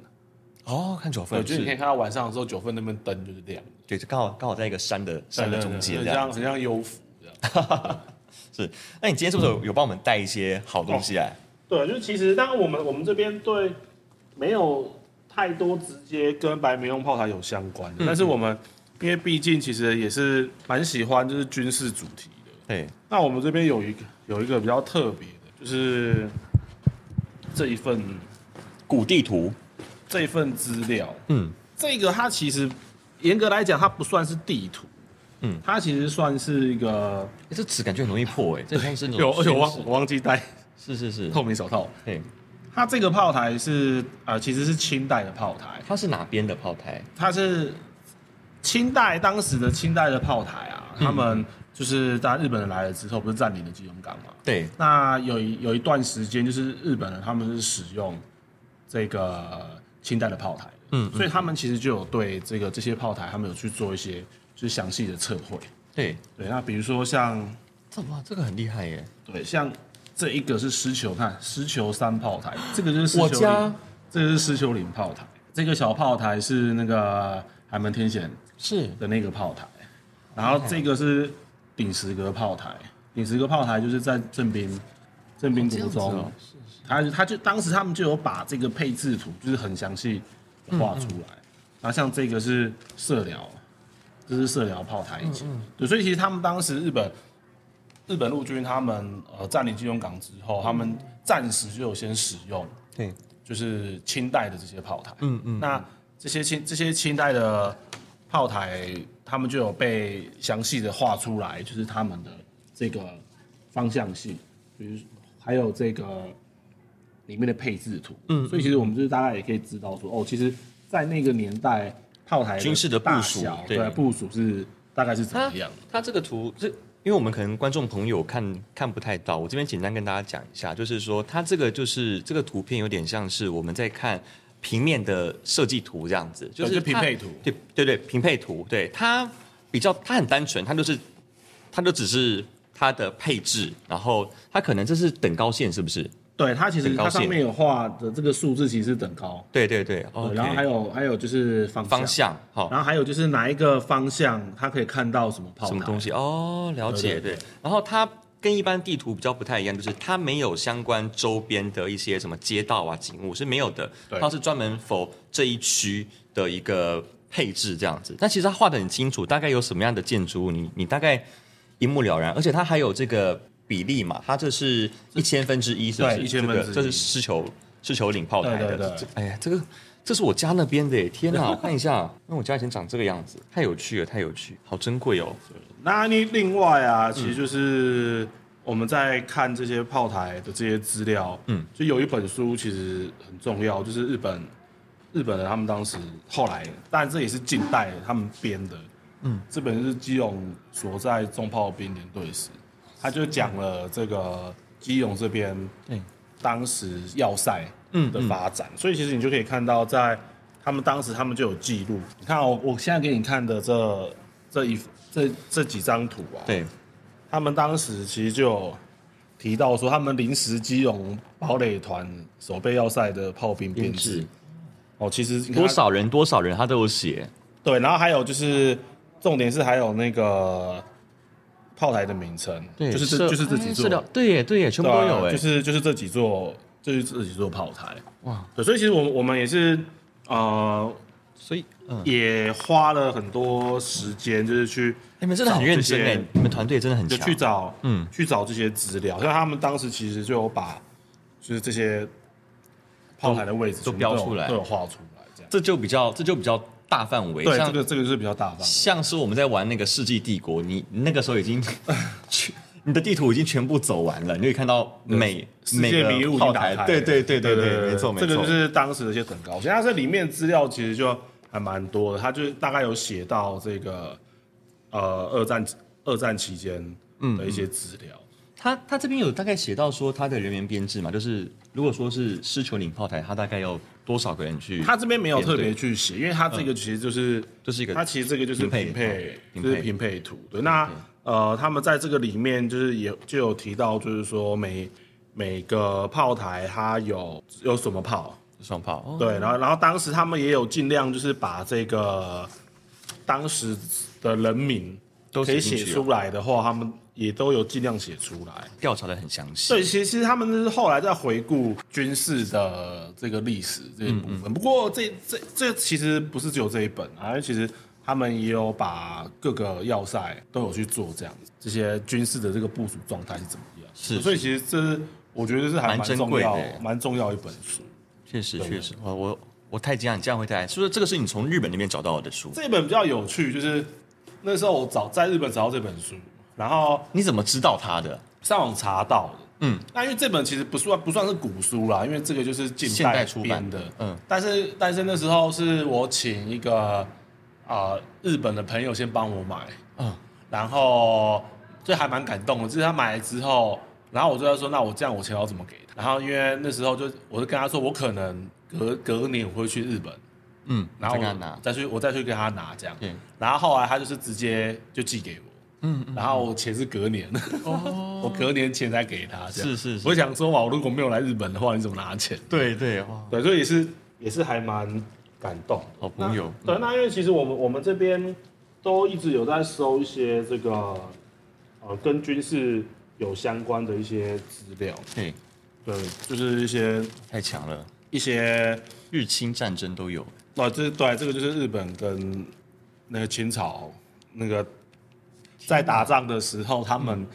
[SPEAKER 1] 哦，看九
[SPEAKER 2] 对，
[SPEAKER 1] 份
[SPEAKER 2] 就是你可以
[SPEAKER 1] 是，
[SPEAKER 2] 看到晚上的时候九份那边灯就是亮的，
[SPEAKER 1] 对，就刚好刚好在一个山的山的中间
[SPEAKER 2] 很
[SPEAKER 1] 这
[SPEAKER 2] 像
[SPEAKER 1] 样
[SPEAKER 2] 很像幽浮这样。
[SPEAKER 1] 是。那你今天是不是有有帮我们带一些好东
[SPEAKER 2] 哦
[SPEAKER 1] 西来？
[SPEAKER 3] 对，就是其实，当然我们我们这边对没有太多直接跟白明用炮台有相关
[SPEAKER 1] 嗯
[SPEAKER 3] 的，
[SPEAKER 2] 但是我们因为毕竟其实也是蛮喜欢就是军事主题的，
[SPEAKER 1] 对，
[SPEAKER 2] 那我们这边有一个有一个比较特别的，就是这一份
[SPEAKER 1] 古地图，
[SPEAKER 2] 这一份资料，
[SPEAKER 1] 嗯，
[SPEAKER 2] 这个它其实严格来讲，它不算是地图，
[SPEAKER 1] 嗯，
[SPEAKER 2] 它其实算是一个
[SPEAKER 1] 诶这纸感觉很容易破哎，这像是那种
[SPEAKER 2] 有有
[SPEAKER 1] 宣
[SPEAKER 2] 忘
[SPEAKER 1] 誓
[SPEAKER 2] 我忘记带
[SPEAKER 1] 是是是，
[SPEAKER 2] 透明手套。
[SPEAKER 1] 对，
[SPEAKER 2] 它这个炮台是呃，其实是清代的炮台，
[SPEAKER 1] 它是哪边的炮台？
[SPEAKER 2] 它是清代当时的清代的炮台啊，他们就是当日本人来了之后，不是占领了基隆港嘛？
[SPEAKER 1] 对，
[SPEAKER 2] 那有一有一段时间，就是日本人他们是使用这个清代的炮台的，
[SPEAKER 1] 嗯
[SPEAKER 2] 所以他们其实就有对这个这些炮台，他们有去做一些就是详细的测绘。
[SPEAKER 1] 对，
[SPEAKER 2] 对，那比如说像
[SPEAKER 1] 这哇，这个很厉害耶！
[SPEAKER 2] 对像这一个是狮球，看狮球山炮台，这个就是狮
[SPEAKER 1] 我
[SPEAKER 2] 球
[SPEAKER 1] 家
[SPEAKER 2] 岭，这个是狮球岭炮台，这个小炮台是那个海门天险
[SPEAKER 1] 是
[SPEAKER 2] 的那个炮台，然后这个是顶石阁炮台，顶石阁炮台就是在正滨正滨国中，
[SPEAKER 1] 哦
[SPEAKER 2] 他他就当时他们就有把这个配置图就是很详细地画出来，然后像这个是射寮，这是射寮炮台以前，对，所以其实他们当时日本日本陆军他们呃占领金融港之后，他们暂时就有先使用
[SPEAKER 1] 对，
[SPEAKER 2] 就是清代的这些炮台。
[SPEAKER 1] 嗯嗯，
[SPEAKER 2] 那这些清这些清代的炮台，他们就有被详细的画出来，就是他们的这个方向性，比如还有这个里面的配置图。嗯，所以其实我们就是大概也可以知道说，哦，其实，在那个年代，炮台
[SPEAKER 1] 军事的部
[SPEAKER 2] 大
[SPEAKER 1] 署
[SPEAKER 2] 小
[SPEAKER 1] 对
[SPEAKER 2] 对部署是大概是怎
[SPEAKER 1] 它
[SPEAKER 2] 么样？
[SPEAKER 1] 它这个图这。因为我们可能观众朋友看看不太到，我这边简单跟大家讲一下，就是说它这个就是这个图片有点像是我们在看平面的设计图这样子，就
[SPEAKER 2] 哦
[SPEAKER 1] 是
[SPEAKER 2] 就平
[SPEAKER 1] 它
[SPEAKER 2] 配图
[SPEAKER 1] 对对对，平配图，对它比较它很单纯，它就是它就只是它的配置，然后它可能这是等高线是不是？
[SPEAKER 2] 对，它其实
[SPEAKER 1] 等高
[SPEAKER 2] 它上
[SPEAKER 1] 线
[SPEAKER 2] 面有画的这个数字其实是等高，
[SPEAKER 1] 对对对
[SPEAKER 2] 对
[SPEAKER 1] 哦，
[SPEAKER 2] 然后还
[SPEAKER 1] 有
[SPEAKER 2] 有还有就是方
[SPEAKER 1] 方向，好、
[SPEAKER 2] 然后还有就是哪一个方向，它可以看到什么炮台，
[SPEAKER 1] 什么东西哦，了解
[SPEAKER 2] 对对
[SPEAKER 1] 对。然后它跟一般地图比较不太一样，就是它没有相关周边的一些什么街道啊、景物是没有的，
[SPEAKER 2] 对
[SPEAKER 1] 它是专门否这一区的一个配置这样子。但其实它画的很清楚，大概有什么样的建筑物，你你大概一目了然。而且它还有这个比例嘛，它这是一千分之一，是不是？
[SPEAKER 2] 对1000分之一
[SPEAKER 1] 这个这是狮球狮球岭炮台的。
[SPEAKER 2] 对对对
[SPEAKER 1] 这哎呀，这个。这是我家那边的耶，天哪！我看一下， 那我家以前长这个样子，太有趣了，太有趣，好珍贵哦。
[SPEAKER 2] 那你另外啊，其实就是我们在看这些炮台的这些资料，
[SPEAKER 1] 嗯，
[SPEAKER 2] 就有一本书其实很重要，就是日本日本人他们当时后来，当然这也是近代他们编的，嗯，这本是基隆所在中炮兵连队史，他就讲了这个基隆这边
[SPEAKER 1] 对
[SPEAKER 2] 当时要塞
[SPEAKER 1] 嗯
[SPEAKER 2] 的发展，所以其实你就可以看到，在他们当时他们就有记录。你看哦我我现在给你看的这这一这这几张图啊，
[SPEAKER 1] 对，
[SPEAKER 2] 他们当时其实就有提到说，他们临时基隆堡垒团守备要塞的炮兵编制哦，其实你看
[SPEAKER 1] 多少人多少人他都有写，
[SPEAKER 2] 对，然后还有就是重点是还有那个炮台的名称，
[SPEAKER 1] 对，
[SPEAKER 2] 就是这就是这
[SPEAKER 1] 哎
[SPEAKER 2] 几
[SPEAKER 1] 是
[SPEAKER 2] 座，
[SPEAKER 1] 的对耶对耶，全部都有
[SPEAKER 2] 对啊
[SPEAKER 1] 哎，
[SPEAKER 2] 就是就是这几座，就是这几座炮台。
[SPEAKER 1] 哇
[SPEAKER 2] 哇，对，所以其实我们我们也是呃，
[SPEAKER 1] 所以嗯，
[SPEAKER 2] 也花了很多时间，就是去
[SPEAKER 1] 你们真的很认真
[SPEAKER 2] 找这
[SPEAKER 1] 哎
[SPEAKER 2] 些，
[SPEAKER 1] 你们团队真的很
[SPEAKER 2] 就
[SPEAKER 1] 强，
[SPEAKER 2] 去找
[SPEAKER 1] 嗯
[SPEAKER 2] 嗯去找这些资料，像他们当时其实就有把就是这些炮台的位置
[SPEAKER 1] 都
[SPEAKER 2] 全部
[SPEAKER 1] 标
[SPEAKER 2] 有
[SPEAKER 1] 出来
[SPEAKER 2] 都有画出来这样。
[SPEAKER 1] 这就比较这就比较大范围，
[SPEAKER 2] 对，
[SPEAKER 1] 像
[SPEAKER 2] 这个这个是比较大方。
[SPEAKER 1] 像是我们在玩那个《世纪帝国》，你你那个时候已经去你的地图已经全部走完了，你可以看到每
[SPEAKER 2] 世
[SPEAKER 1] 每
[SPEAKER 2] 界
[SPEAKER 1] 个
[SPEAKER 2] 迷雾已
[SPEAKER 1] 炮
[SPEAKER 2] 经打
[SPEAKER 1] 台
[SPEAKER 2] 开了
[SPEAKER 1] 对对对对对，没错没错，
[SPEAKER 2] 这
[SPEAKER 3] 这个就是当时的一些等高，所以它这里面资料其实就还蛮多的，它就大概有写到这个呃二战二战期间
[SPEAKER 1] 嗯
[SPEAKER 3] 的一些资料。
[SPEAKER 1] 他他这边有大概写到说他的人员编制嘛，就是如果说是狮球岭炮台，他大概有多少个人去？
[SPEAKER 2] 他这边没有
[SPEAKER 1] 面对嗯
[SPEAKER 2] 特别去写，因为他这个其实就是
[SPEAKER 1] 这是一
[SPEAKER 2] 它
[SPEAKER 1] 个
[SPEAKER 2] 其实这个就是
[SPEAKER 1] 匹配
[SPEAKER 2] 匹
[SPEAKER 1] 匹配
[SPEAKER 2] 配，就是匹配图。对，那呃，他们在这个里面就是也就有提到，就是说每每个炮台它有有什么炮，
[SPEAKER 1] 双炮，哦，
[SPEAKER 2] 对，然后然后当时他们也有尽量就是把这个当时的人民
[SPEAKER 1] 都
[SPEAKER 2] 可以
[SPEAKER 1] 写
[SPEAKER 2] 写
[SPEAKER 1] 进去哦
[SPEAKER 2] 出来的话，他们也都有尽量写出来。
[SPEAKER 1] 调查的很详细。
[SPEAKER 2] 对，其实其实他们是后来在回顾军事的这个历史这一部
[SPEAKER 1] 嗯
[SPEAKER 2] 分。不过这这这其实不是只有这一本啊，因为其实他们也有把各个要塞都有去做这样子，这些军事的这个部署状态是怎么样。
[SPEAKER 1] 是
[SPEAKER 2] 所以其实这是我觉得是还
[SPEAKER 1] 蛮珍
[SPEAKER 2] 蛮重
[SPEAKER 1] 贵的
[SPEAKER 2] 要
[SPEAKER 1] 欸、
[SPEAKER 2] 蛮重要一本书。
[SPEAKER 1] 确实确实，我我我太惊讶，你这样会带来，是不是这个是你从日本那边找到的书？
[SPEAKER 2] 这本比较有趣，就是那时候我找在日本找到这本书，然后
[SPEAKER 1] 你怎么知道他的？
[SPEAKER 2] 上网查到的。
[SPEAKER 1] 嗯，
[SPEAKER 2] 那因为这本其实不算不算是古书啦，因为这个就是近
[SPEAKER 1] 现代出
[SPEAKER 2] 出
[SPEAKER 1] 版
[SPEAKER 2] 版的。
[SPEAKER 1] 嗯，
[SPEAKER 2] 但是但是那时候是我请一个啊、呃日本的朋友先帮我买，
[SPEAKER 1] 嗯，
[SPEAKER 2] 然后就还蛮感动的，就是他买了之后，然后我就在说，那我这样我钱要怎么给他？然后因为那时候就我就跟他说，我可能隔隔年我会去日本，
[SPEAKER 1] 嗯，然
[SPEAKER 2] 然后
[SPEAKER 1] 后
[SPEAKER 2] 我
[SPEAKER 1] 跟他拿，
[SPEAKER 2] 再去我再去跟他拿这样。
[SPEAKER 1] 对，
[SPEAKER 2] 然后后来他就是直接就寄给我，嗯，然后我钱是隔年， 我隔年钱才给他，这
[SPEAKER 1] 哦
[SPEAKER 2] 样
[SPEAKER 1] 是是是
[SPEAKER 2] 我想说嘛，我如果没有来日本的话，你怎么拿钱？
[SPEAKER 1] 对对哇，
[SPEAKER 2] 对，所以也是
[SPEAKER 3] 也是还蛮感动。
[SPEAKER 1] 好朋友，
[SPEAKER 3] 那对，那因为其实我们我们这边都一直有在收一些这个呃跟军事有相关的一些资料，
[SPEAKER 1] 对，
[SPEAKER 2] 对，就是一些
[SPEAKER 1] 太强了，
[SPEAKER 2] 一些
[SPEAKER 1] 日清战争都有，
[SPEAKER 2] 哦，这对这个就是日本跟那个清朝那个在打仗的时候他们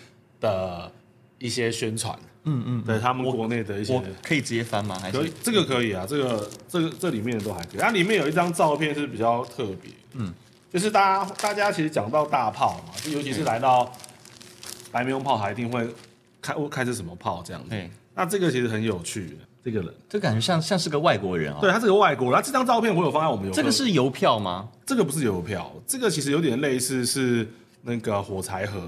[SPEAKER 2] 的一些宣传，
[SPEAKER 1] 嗯嗯，
[SPEAKER 2] 对他们国内的一些
[SPEAKER 1] 我。可以直接翻吗？还
[SPEAKER 2] 可以
[SPEAKER 1] 是，
[SPEAKER 2] 这个可以啊，这个这个这里面的都还可以。啊它里面有一张照片是比较特别，嗯，就是大家大家其实讲到大炮嘛，就尤其是来到白明炮台，一定会开会开这什么炮这样子。
[SPEAKER 1] 对，
[SPEAKER 2] 那这个其实很有趣，这个人，
[SPEAKER 1] 这感觉像像是个外国人哦。
[SPEAKER 2] 对他是个外国人，啊他这张照片我有放在我们邮
[SPEAKER 1] 这个是邮票吗？
[SPEAKER 2] 这个不是邮票，这个其实有点类似是那个火柴盒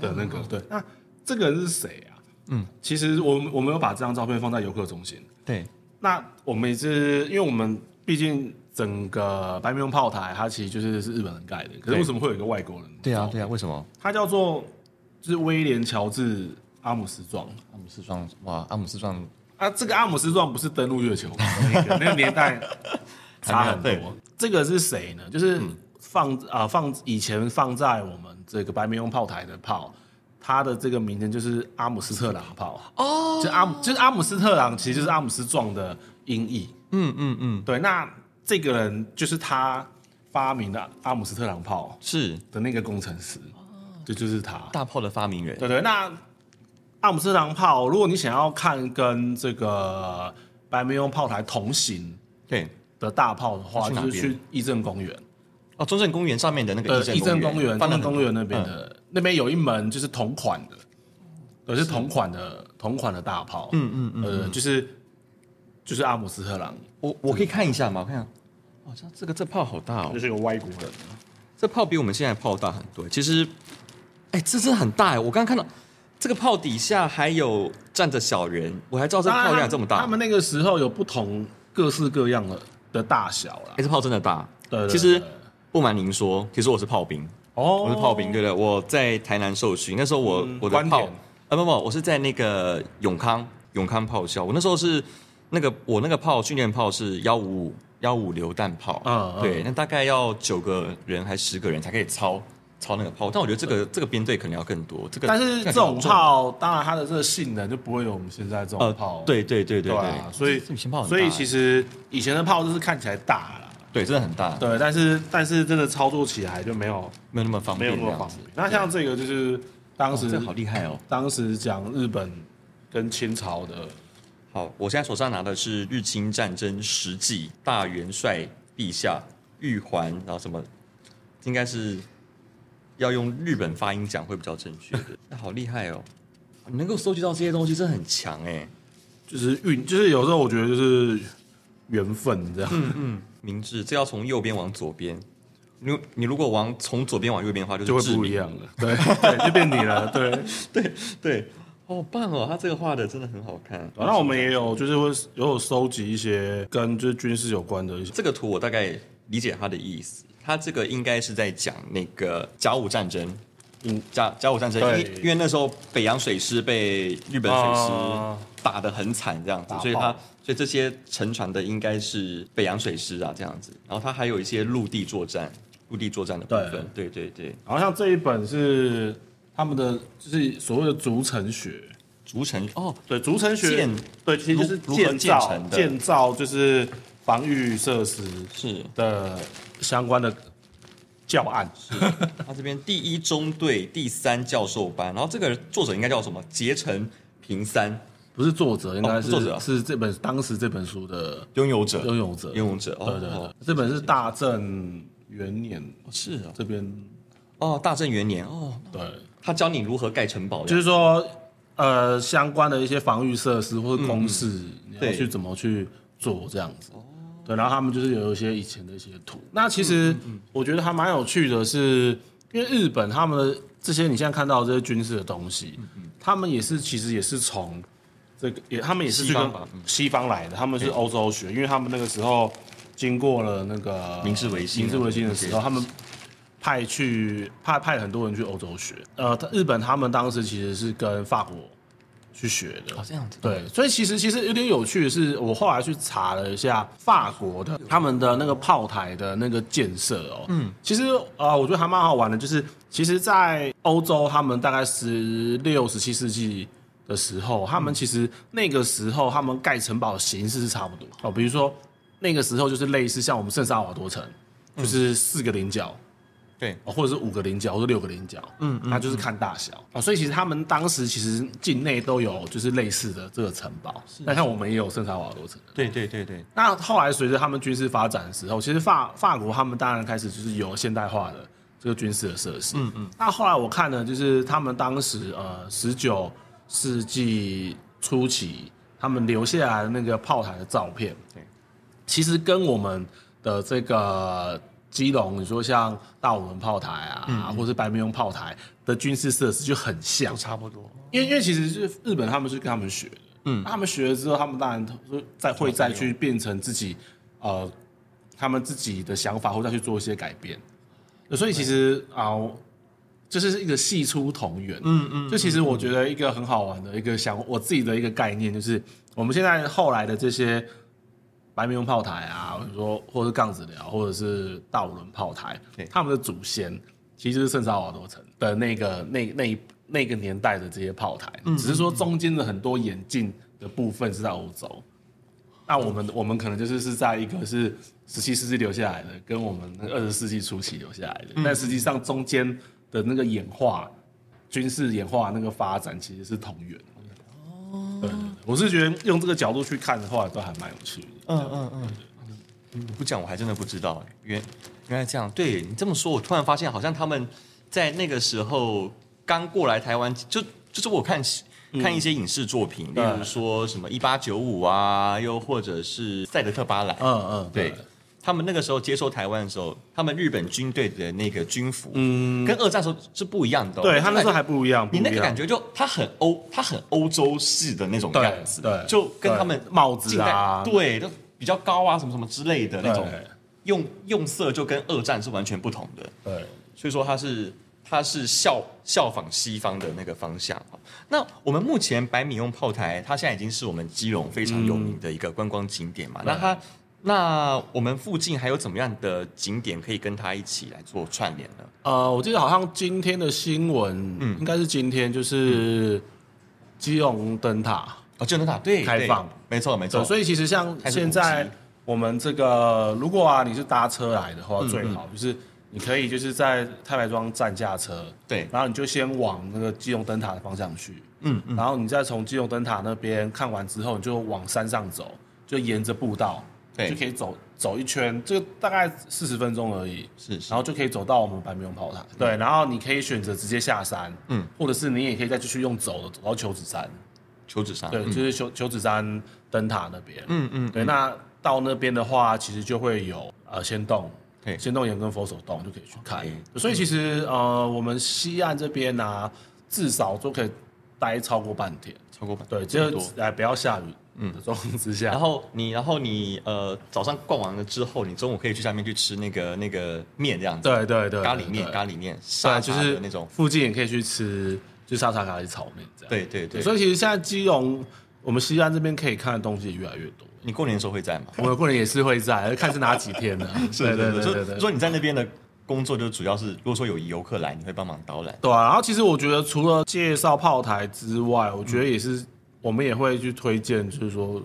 [SPEAKER 2] 的那个对。那这个人是谁啊？
[SPEAKER 1] 嗯，
[SPEAKER 2] 其实我们我们有把这张照片放在游客中心。
[SPEAKER 1] 对，
[SPEAKER 2] 那我们也是，因为我们毕竟整个白明炮台，它其实就是是日本人盖的，可
[SPEAKER 1] 对
[SPEAKER 2] 是为什么会有一个外国人？
[SPEAKER 1] 对啊，对啊，为什么？
[SPEAKER 2] 他叫做就是威廉乔治阿姆斯壮。
[SPEAKER 1] 阿姆斯壮，哇，阿姆斯壮
[SPEAKER 2] 啊，这个阿姆斯壮不是登陆月球 的那个那个年代差很
[SPEAKER 1] 对嗯
[SPEAKER 2] 多。这个是谁呢？就是放啊、放以前放在我们这个白明用炮台的炮，它的这个名称就是阿姆斯特朗炮哦，就阿姆就是阿姆斯特朗，其实就是阿姆斯壮的音译。
[SPEAKER 1] 嗯嗯嗯，
[SPEAKER 2] 对，那这个人就是他发明的阿姆斯特朗炮
[SPEAKER 1] 是
[SPEAKER 2] 的那个工程师，
[SPEAKER 1] 哦
[SPEAKER 2] 对，就是他。
[SPEAKER 1] 大炮的发明人。
[SPEAKER 2] 对对，那阿姆斯特朗炮，如果你想要看跟这个白眉翁炮台同行
[SPEAKER 1] 对，
[SPEAKER 2] 的大炮的话，
[SPEAKER 1] 去哪
[SPEAKER 2] 就
[SPEAKER 1] 边
[SPEAKER 2] 是去义政公园，
[SPEAKER 1] 哦，中正公园上面的那个
[SPEAKER 2] 呃，
[SPEAKER 1] 义
[SPEAKER 2] 义政公园、
[SPEAKER 1] 放了
[SPEAKER 2] 中正
[SPEAKER 1] 很多
[SPEAKER 2] 公园那边
[SPEAKER 1] 嗯
[SPEAKER 2] 的、那边有一门就是同款的，对，是同款的同款的大炮，嗯嗯嗯，呃，就是就是阿姆斯特朗，
[SPEAKER 1] 我我可以看一下吗？我看，哦，这这个这炮好大哦
[SPEAKER 3] 就，是有外国人。
[SPEAKER 1] 这炮比我们现在的炮大很多。其实，哎，这真的很大哎！我刚刚看到这个炮底下还有站着小人，我还知道这炮
[SPEAKER 2] 当
[SPEAKER 1] 原来
[SPEAKER 2] 然
[SPEAKER 1] 这么
[SPEAKER 2] 他
[SPEAKER 1] 大。
[SPEAKER 2] 们那个时候有不同各式各样的的大小啦
[SPEAKER 1] 哎，，这炮真的大。
[SPEAKER 2] 对对
[SPEAKER 1] 其实
[SPEAKER 2] 对对
[SPEAKER 1] 不瞒您说，其实我是炮兵，
[SPEAKER 2] 哦
[SPEAKER 1] 我是炮兵，对的。我在台南受训，那时候我、
[SPEAKER 2] 嗯
[SPEAKER 1] 我的
[SPEAKER 2] 关
[SPEAKER 1] 炮
[SPEAKER 2] 点，
[SPEAKER 1] 啊不不，我是在那个永康永康炮校，我那时候是那个我那个炮训练炮是幺五五幺五榴弹炮，
[SPEAKER 2] 嗯嗯
[SPEAKER 1] 对，那大概要九个人还十个人才可以操操那个炮，但我觉得这个这个编队可能要更多，这个
[SPEAKER 2] 但是这种。炮，当然它的这个性能就不会有我们现在这
[SPEAKER 1] 呃
[SPEAKER 2] 种炮，，
[SPEAKER 1] 对对对对
[SPEAKER 2] 对
[SPEAKER 1] 对，
[SPEAKER 2] 啊，所以
[SPEAKER 1] 这以前炮很大
[SPEAKER 2] 所
[SPEAKER 1] 欸
[SPEAKER 2] 以其实以前的炮就是看起来大啦，
[SPEAKER 1] 对真的很大，
[SPEAKER 2] 对，但是但是真的操作起来就没有
[SPEAKER 1] 没有那么方
[SPEAKER 3] 没
[SPEAKER 1] 便
[SPEAKER 3] 有
[SPEAKER 1] 这
[SPEAKER 3] 那么
[SPEAKER 1] 样
[SPEAKER 3] 方
[SPEAKER 1] 子，
[SPEAKER 3] 便
[SPEAKER 2] 那像这个就是当时、
[SPEAKER 1] 这个好厉害哦。
[SPEAKER 2] 当时讲日本跟清朝的，
[SPEAKER 1] 好，我现在手上拿的是日清战争实际大元帅陛下玉环，然后什么，应该是要用日本发音讲会比较正确的。 那好厉害哦，你能够收集到这些东西，真的很强哎。
[SPEAKER 3] 就是运，就是有时候我觉得就是缘分这样。
[SPEAKER 1] 嗯明智，这要从右边往左边。你你如果往从左边往右边的话，就是
[SPEAKER 3] 就会
[SPEAKER 1] 志
[SPEAKER 3] 不
[SPEAKER 1] 明
[SPEAKER 3] 一样了，对对，就变你了， 对。
[SPEAKER 1] 对，好棒哦，他这个画的真的很好看。
[SPEAKER 3] 然哦后我们也有就是会也有收集一些跟就是军事有关的一些，
[SPEAKER 1] 这个图我大概理解他的意思，他这个应该是在讲那个甲午战争。嗯，甲甲午战争，因为
[SPEAKER 3] 对
[SPEAKER 1] 因为那时候北洋水师被日本水
[SPEAKER 3] 啊
[SPEAKER 1] 师打得很惨，这样子
[SPEAKER 3] 打，爆
[SPEAKER 1] 所以他所以这些沉船的应该是北洋水师啊，这样子。然后他还有一些陆地作战，陆地作战的部分，对对对，
[SPEAKER 3] 然后像这一本是他们的就是所谓的逐城学，
[SPEAKER 1] 逐城哦，
[SPEAKER 3] 对，逐城学
[SPEAKER 1] 建，
[SPEAKER 3] 对，其实就是
[SPEAKER 1] 如如何
[SPEAKER 3] 建
[SPEAKER 1] 建
[SPEAKER 3] 造
[SPEAKER 1] 成的
[SPEAKER 3] 建造就是防御设施
[SPEAKER 2] 嗯
[SPEAKER 1] 是
[SPEAKER 3] 的相关的教案，
[SPEAKER 1] 他这边第一中队第三教授班，然后这个作者应该叫什么？结成平三
[SPEAKER 2] 不是作者，应该
[SPEAKER 1] 哦
[SPEAKER 2] 是、
[SPEAKER 1] 作者啊
[SPEAKER 2] 是这本当时这本书的
[SPEAKER 1] 拥有者
[SPEAKER 2] 拥有者。
[SPEAKER 1] 拥有者，哦，
[SPEAKER 2] 对对对，
[SPEAKER 1] 哦
[SPEAKER 3] 这本是大正元年
[SPEAKER 1] 是哦，
[SPEAKER 3] 这边，
[SPEAKER 1] 哦，大正元年哦，
[SPEAKER 3] 对，
[SPEAKER 1] 他教你如何盖城堡，
[SPEAKER 2] 就是说，呃，相关的一些防御设施或者公式，你要
[SPEAKER 1] 嗯对哦
[SPEAKER 2] 去怎么去做这样子。对，然后他们就是有一些以前的一些图。那其
[SPEAKER 1] 嗯
[SPEAKER 2] 实我觉得还蛮有趣的是，因为日本他们的这些你现在看到的这些军事的东西，
[SPEAKER 1] 嗯
[SPEAKER 2] 他们也是其实也是从这个也他们也是去
[SPEAKER 1] 西
[SPEAKER 2] 跟
[SPEAKER 1] 方吧嗯
[SPEAKER 2] 西方来的，他们是欧洲学，因为他们那个时候经过了那个
[SPEAKER 1] 明治维新啊
[SPEAKER 2] 明治维新的时
[SPEAKER 1] 对
[SPEAKER 2] 候，他们派去派派很多人去欧洲学。呃，他日本他们当时其实是跟法国去学的。
[SPEAKER 1] 哦这样子，
[SPEAKER 2] 对，所以其实其实有点有趣的是，我后来去查了一下法国的他们的那个炮台的那个建设哦，嗯，其实呃，我觉得还蛮好玩的，就是其实，在欧洲他们大概十六、十七世纪的时候，他们其实那个时候他们盖城堡的形式是差不多哦，比如说那个时候就是类似像我们圣萨瓦多城，就是四个菱角，
[SPEAKER 1] 对，
[SPEAKER 2] 哦或者是五个菱角，或者六个菱角，嗯，那就是看大小啊、哦。所以其实他们当时其实境内都有就是类似的这个城堡，那像我们也有圣塔瓦罗城。
[SPEAKER 1] 对对对对，
[SPEAKER 2] 那后来随着他们军事发展的时候，其实法法国他们当然开始就是有现代化的这个军事的设施。嗯嗯。那后来我看了，就是他们当时呃十九世纪初期他们留下来的那个炮台的照片，
[SPEAKER 1] 对，
[SPEAKER 2] 其实跟我们的这个基隆，你说像大武门炮台啊，或是白明用炮台的军事设施就很像
[SPEAKER 1] 都，差不多，
[SPEAKER 2] 因为因为其实是日本他们是跟他们学的，嗯，他们学了之后，他们当然会再会再去变成自己呃他们自己的想法，或再去做一些改变。所以其实啊、就是一个系出同源，嗯嗯，就其实我觉得一个很好玩的一个想我自己的一个概念，就是我们现在后来的这些白明用炮台啊，或者说或者是杠子寮，或者是大五轮炮台
[SPEAKER 1] 对，
[SPEAKER 2] 他们的祖先其实就是圣萨瓦多城的那个那那一那个年代的这些炮台，只是说中间的很多演进的部分是在欧洲。那我们我们可能就是是在一个是十七世纪留下来的，跟我们二十世纪初期留下来的，但实际上中间的那个演化、军事演化那个发展其实是同源的。哦，对对对，我是觉得用这个角度去看的话，都还蛮有趣的。
[SPEAKER 1] 嗯嗯嗯，你不讲我还真的不知道，哎原原来这样，对你这么说，我突然发现好像他们在那个时候刚过来台湾，就就是我看。看一些影视作品，例
[SPEAKER 2] 对
[SPEAKER 1] 如说什么《一八九五》啊，又或者是《赛德克巴莱》，
[SPEAKER 2] 嗯嗯，
[SPEAKER 1] 对，他们那个时候接收台湾的时候，他们日本军队的那个军服，嗯，跟二战时候是不一样的哦、
[SPEAKER 3] 对他那时候
[SPEAKER 1] 还
[SPEAKER 3] 还不一样，
[SPEAKER 1] 你那
[SPEAKER 3] 不一
[SPEAKER 1] 个
[SPEAKER 3] 样
[SPEAKER 1] 感觉就他很欧，他很欧洲式的那种
[SPEAKER 2] 对
[SPEAKER 1] 样子，
[SPEAKER 2] 对
[SPEAKER 1] 就跟他们
[SPEAKER 2] 对帽子
[SPEAKER 1] 近代
[SPEAKER 2] 啊
[SPEAKER 1] 对，都比较高啊，什么什么之类的那种
[SPEAKER 2] 对
[SPEAKER 1] 用用色就跟二战是完全不同的，
[SPEAKER 2] 对，
[SPEAKER 1] 所以说他是他是效效仿西方的那个方向。那我们目前百米用炮台，它现在已经是我们基隆非常有名的一个观光景点嘛。
[SPEAKER 2] 嗯
[SPEAKER 1] 那它那我们附近还有怎么样的景点可以跟它一起来做串联呢？
[SPEAKER 2] 呃，我记得好像今天的新闻，嗯，应该是今天就是基隆灯塔，
[SPEAKER 1] 哦，智能塔对
[SPEAKER 2] 开
[SPEAKER 1] 对
[SPEAKER 2] 放
[SPEAKER 1] 没错没错，
[SPEAKER 2] 对，所
[SPEAKER 1] 以
[SPEAKER 2] 以其实像
[SPEAKER 1] 还是
[SPEAKER 2] 现
[SPEAKER 1] 补
[SPEAKER 2] 在
[SPEAKER 1] 习
[SPEAKER 2] 我们这个，如果啊你是搭车来的话，最好就是你可以就是在太白庄站下车，
[SPEAKER 1] 对
[SPEAKER 2] 然后你就先往那个基隆灯塔的方向去，
[SPEAKER 1] 嗯
[SPEAKER 2] 然后你再从基隆灯塔那边看完之后，你就往山上走，就沿着步道
[SPEAKER 1] 对
[SPEAKER 2] 就可以走走一圈，这个大概四十分钟而已。
[SPEAKER 1] 是是
[SPEAKER 2] 然后就可以走到我们白明勇炮台。
[SPEAKER 1] 嗯
[SPEAKER 2] 对，然后你可以选择直接下山，嗯，或者是你也可以再继续用走的走到求子山，
[SPEAKER 1] 求指上，
[SPEAKER 2] 对，
[SPEAKER 1] 嗯
[SPEAKER 2] 就是求求子山灯塔那边。嗯
[SPEAKER 1] 嗯
[SPEAKER 2] 对，那到那边的话，其实就会有呃仙洞
[SPEAKER 1] 对，
[SPEAKER 2] 仙洞岩跟佛手洞就可以去看。所以其实呃，我们西岸这边呢、至少都可以待超过半天。
[SPEAKER 1] 超过半
[SPEAKER 2] 对，
[SPEAKER 1] 这么
[SPEAKER 2] 就
[SPEAKER 1] 多。嗯哦
[SPEAKER 2] 是哎不要下雨的状况之下
[SPEAKER 1] 然，后你，然后你，呃，早上逛完了之后，你中午可以去下面去吃那个那个面这样子，
[SPEAKER 2] 对对对，
[SPEAKER 1] 咖喱面，
[SPEAKER 2] 对
[SPEAKER 1] 咖喱面，沙茶
[SPEAKER 2] 对，就是
[SPEAKER 1] 的那种，
[SPEAKER 2] 附近也可以去吃，就沙茶咖喱炒面这样。
[SPEAKER 1] 对对对。
[SPEAKER 2] 所以其实现在基隆，我们西安这边可以看的东西也越来越 多。
[SPEAKER 1] 你过年的时候会在吗？
[SPEAKER 2] 我们过年也是会在，看是哪几天呢？对对对
[SPEAKER 1] 所
[SPEAKER 2] 对
[SPEAKER 1] 以
[SPEAKER 2] 对。
[SPEAKER 1] 所以你在那边的工作就主要是，如果说有游客来，你会帮忙导览。
[SPEAKER 2] 对啊，然后其实我觉得除了介绍炮台之外，我觉得也是、我们也会去推荐，就是说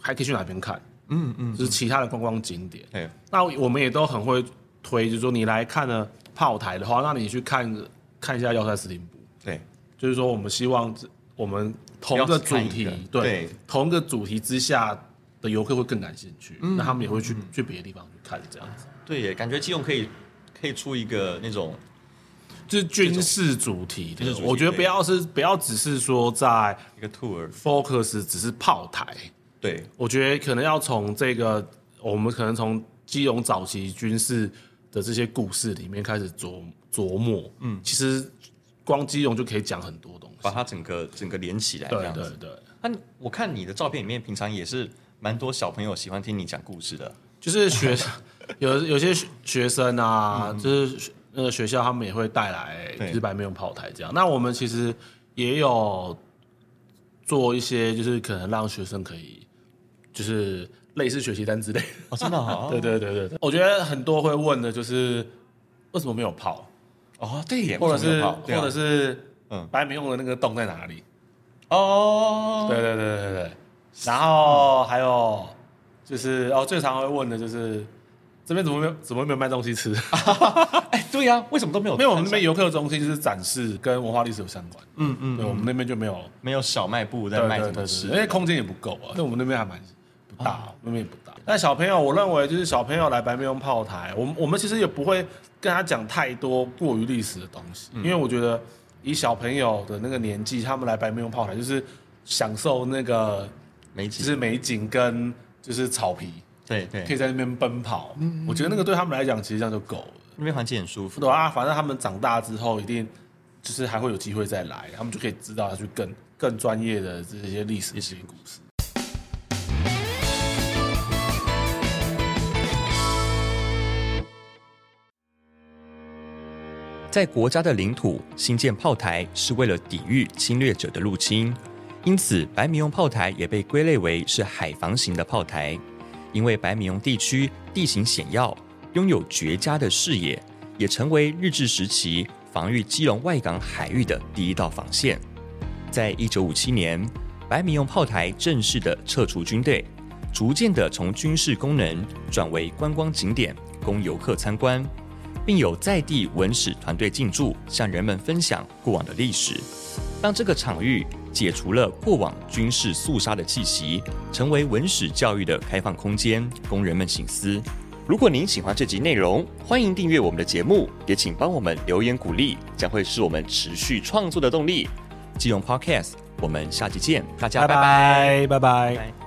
[SPEAKER 2] 还可以去哪边看，嗯嗯，就是其他的观光景点。
[SPEAKER 1] 对，
[SPEAKER 2] 那我们也都很会推，就是说你来看了炮台的话，那你去看看一下幺三四零部，
[SPEAKER 1] 对，
[SPEAKER 2] 就是说我们希望这我们同一个主题
[SPEAKER 1] 要看一个，
[SPEAKER 2] 对
[SPEAKER 1] 对
[SPEAKER 2] 同一个主题之下的游客会更感兴趣，那他们也会去、去别的地方去看这样子。
[SPEAKER 1] 对耶，感觉基隆可以可以出一个那种
[SPEAKER 2] 就是军事主题
[SPEAKER 1] 军
[SPEAKER 2] 的
[SPEAKER 1] 事主，题
[SPEAKER 2] 我觉得
[SPEAKER 1] 对
[SPEAKER 2] 不要是不要只是说在
[SPEAKER 1] 一个 tour，
[SPEAKER 2] focus 只是炮台，
[SPEAKER 1] 对，
[SPEAKER 2] 我觉得可能要从这个我们可能从基隆早期军事的这些故事里面开始琢琢磨。嗯，其实光基隆就可以讲很多东西
[SPEAKER 1] 把。它整个整个连起来这
[SPEAKER 2] 对
[SPEAKER 1] 样
[SPEAKER 2] 对
[SPEAKER 1] 子。
[SPEAKER 2] 对，
[SPEAKER 1] 那你我看你的照片里面，平常也是蛮多小朋友喜欢听你讲故事的。
[SPEAKER 2] 就是学 有有些学学生啊，就是学那个学校他们也会带来
[SPEAKER 1] 嗯对
[SPEAKER 2] 就是白面炮台这样。那我们其实也有做一些，就是可能让学生可以就是类似学习单之类的。
[SPEAKER 1] 哦，真的哦，
[SPEAKER 2] 对对对对对，我觉得很多会问的就是为什么没有炮，
[SPEAKER 1] 哦，对耶，
[SPEAKER 2] 或者是、
[SPEAKER 1] 或
[SPEAKER 2] 或者是
[SPEAKER 1] 嗯
[SPEAKER 2] 啊嗯，白米用的那个洞在哪里？
[SPEAKER 1] 哦，
[SPEAKER 2] 对对对对对。然后还有就是哦，最常会问的就是这边怎么没有怎么没有卖东西吃？
[SPEAKER 1] 哎，对呀，为什么都没有？
[SPEAKER 2] 因为啊我们那边游客中心就是展示跟文化历史有相关，
[SPEAKER 1] 嗯嗯，
[SPEAKER 2] 对，我们那边就没有
[SPEAKER 1] 没有小卖部在
[SPEAKER 2] 对
[SPEAKER 1] 卖
[SPEAKER 2] 对
[SPEAKER 1] 什
[SPEAKER 2] 对
[SPEAKER 1] 么哦吃
[SPEAKER 2] 对因为空间也不够啊。那我们那边还蛮不大，那边也不大。但小朋友，我认为就是小朋友来白面用炮台，我们我们其实也不会跟他讲太多过于历史的东西，
[SPEAKER 1] 嗯
[SPEAKER 2] 因为我觉得以小朋友的那个年纪，他们来白面用炮台就是享受那个
[SPEAKER 1] 没
[SPEAKER 2] 就
[SPEAKER 1] 几
[SPEAKER 2] 是美景跟就是草皮，
[SPEAKER 1] 对
[SPEAKER 2] 可以
[SPEAKER 1] 对，嗯
[SPEAKER 2] 在那边奔跑。我觉得那个对他们来讲，其实这样就够了。
[SPEAKER 1] 那边环境很舒服
[SPEAKER 2] 对。啊，反正他们长大之后一定就是还会有机会再来，他们就可以知道去更更专业的这些历史一些故事。
[SPEAKER 1] 在国家的领土新建炮台是为了抵御侵略者的入侵，因此白米用炮台也被归类为是海防型的炮台。因为白米用地区地形险要，拥有绝佳的视野，也成为日治时期防御基隆外港海域的第一道防线。在一九五七年，白米用炮台正式的撤除军队，逐渐的从军事功能转为观光景点，供游客参观，并有在地文史团队进驻，向人们分享过往的历史，让这个场域解除了过往军事肃杀的气息，成为文史教育的开放空间，供人们醒思。如果您喜欢这集内容，欢迎订阅我们的节目，也请帮我们留言鼓励，将会是我们持续创作的动力。金融 Podcast，我们下期见，大家拜拜
[SPEAKER 4] 拜拜。拜拜
[SPEAKER 1] 拜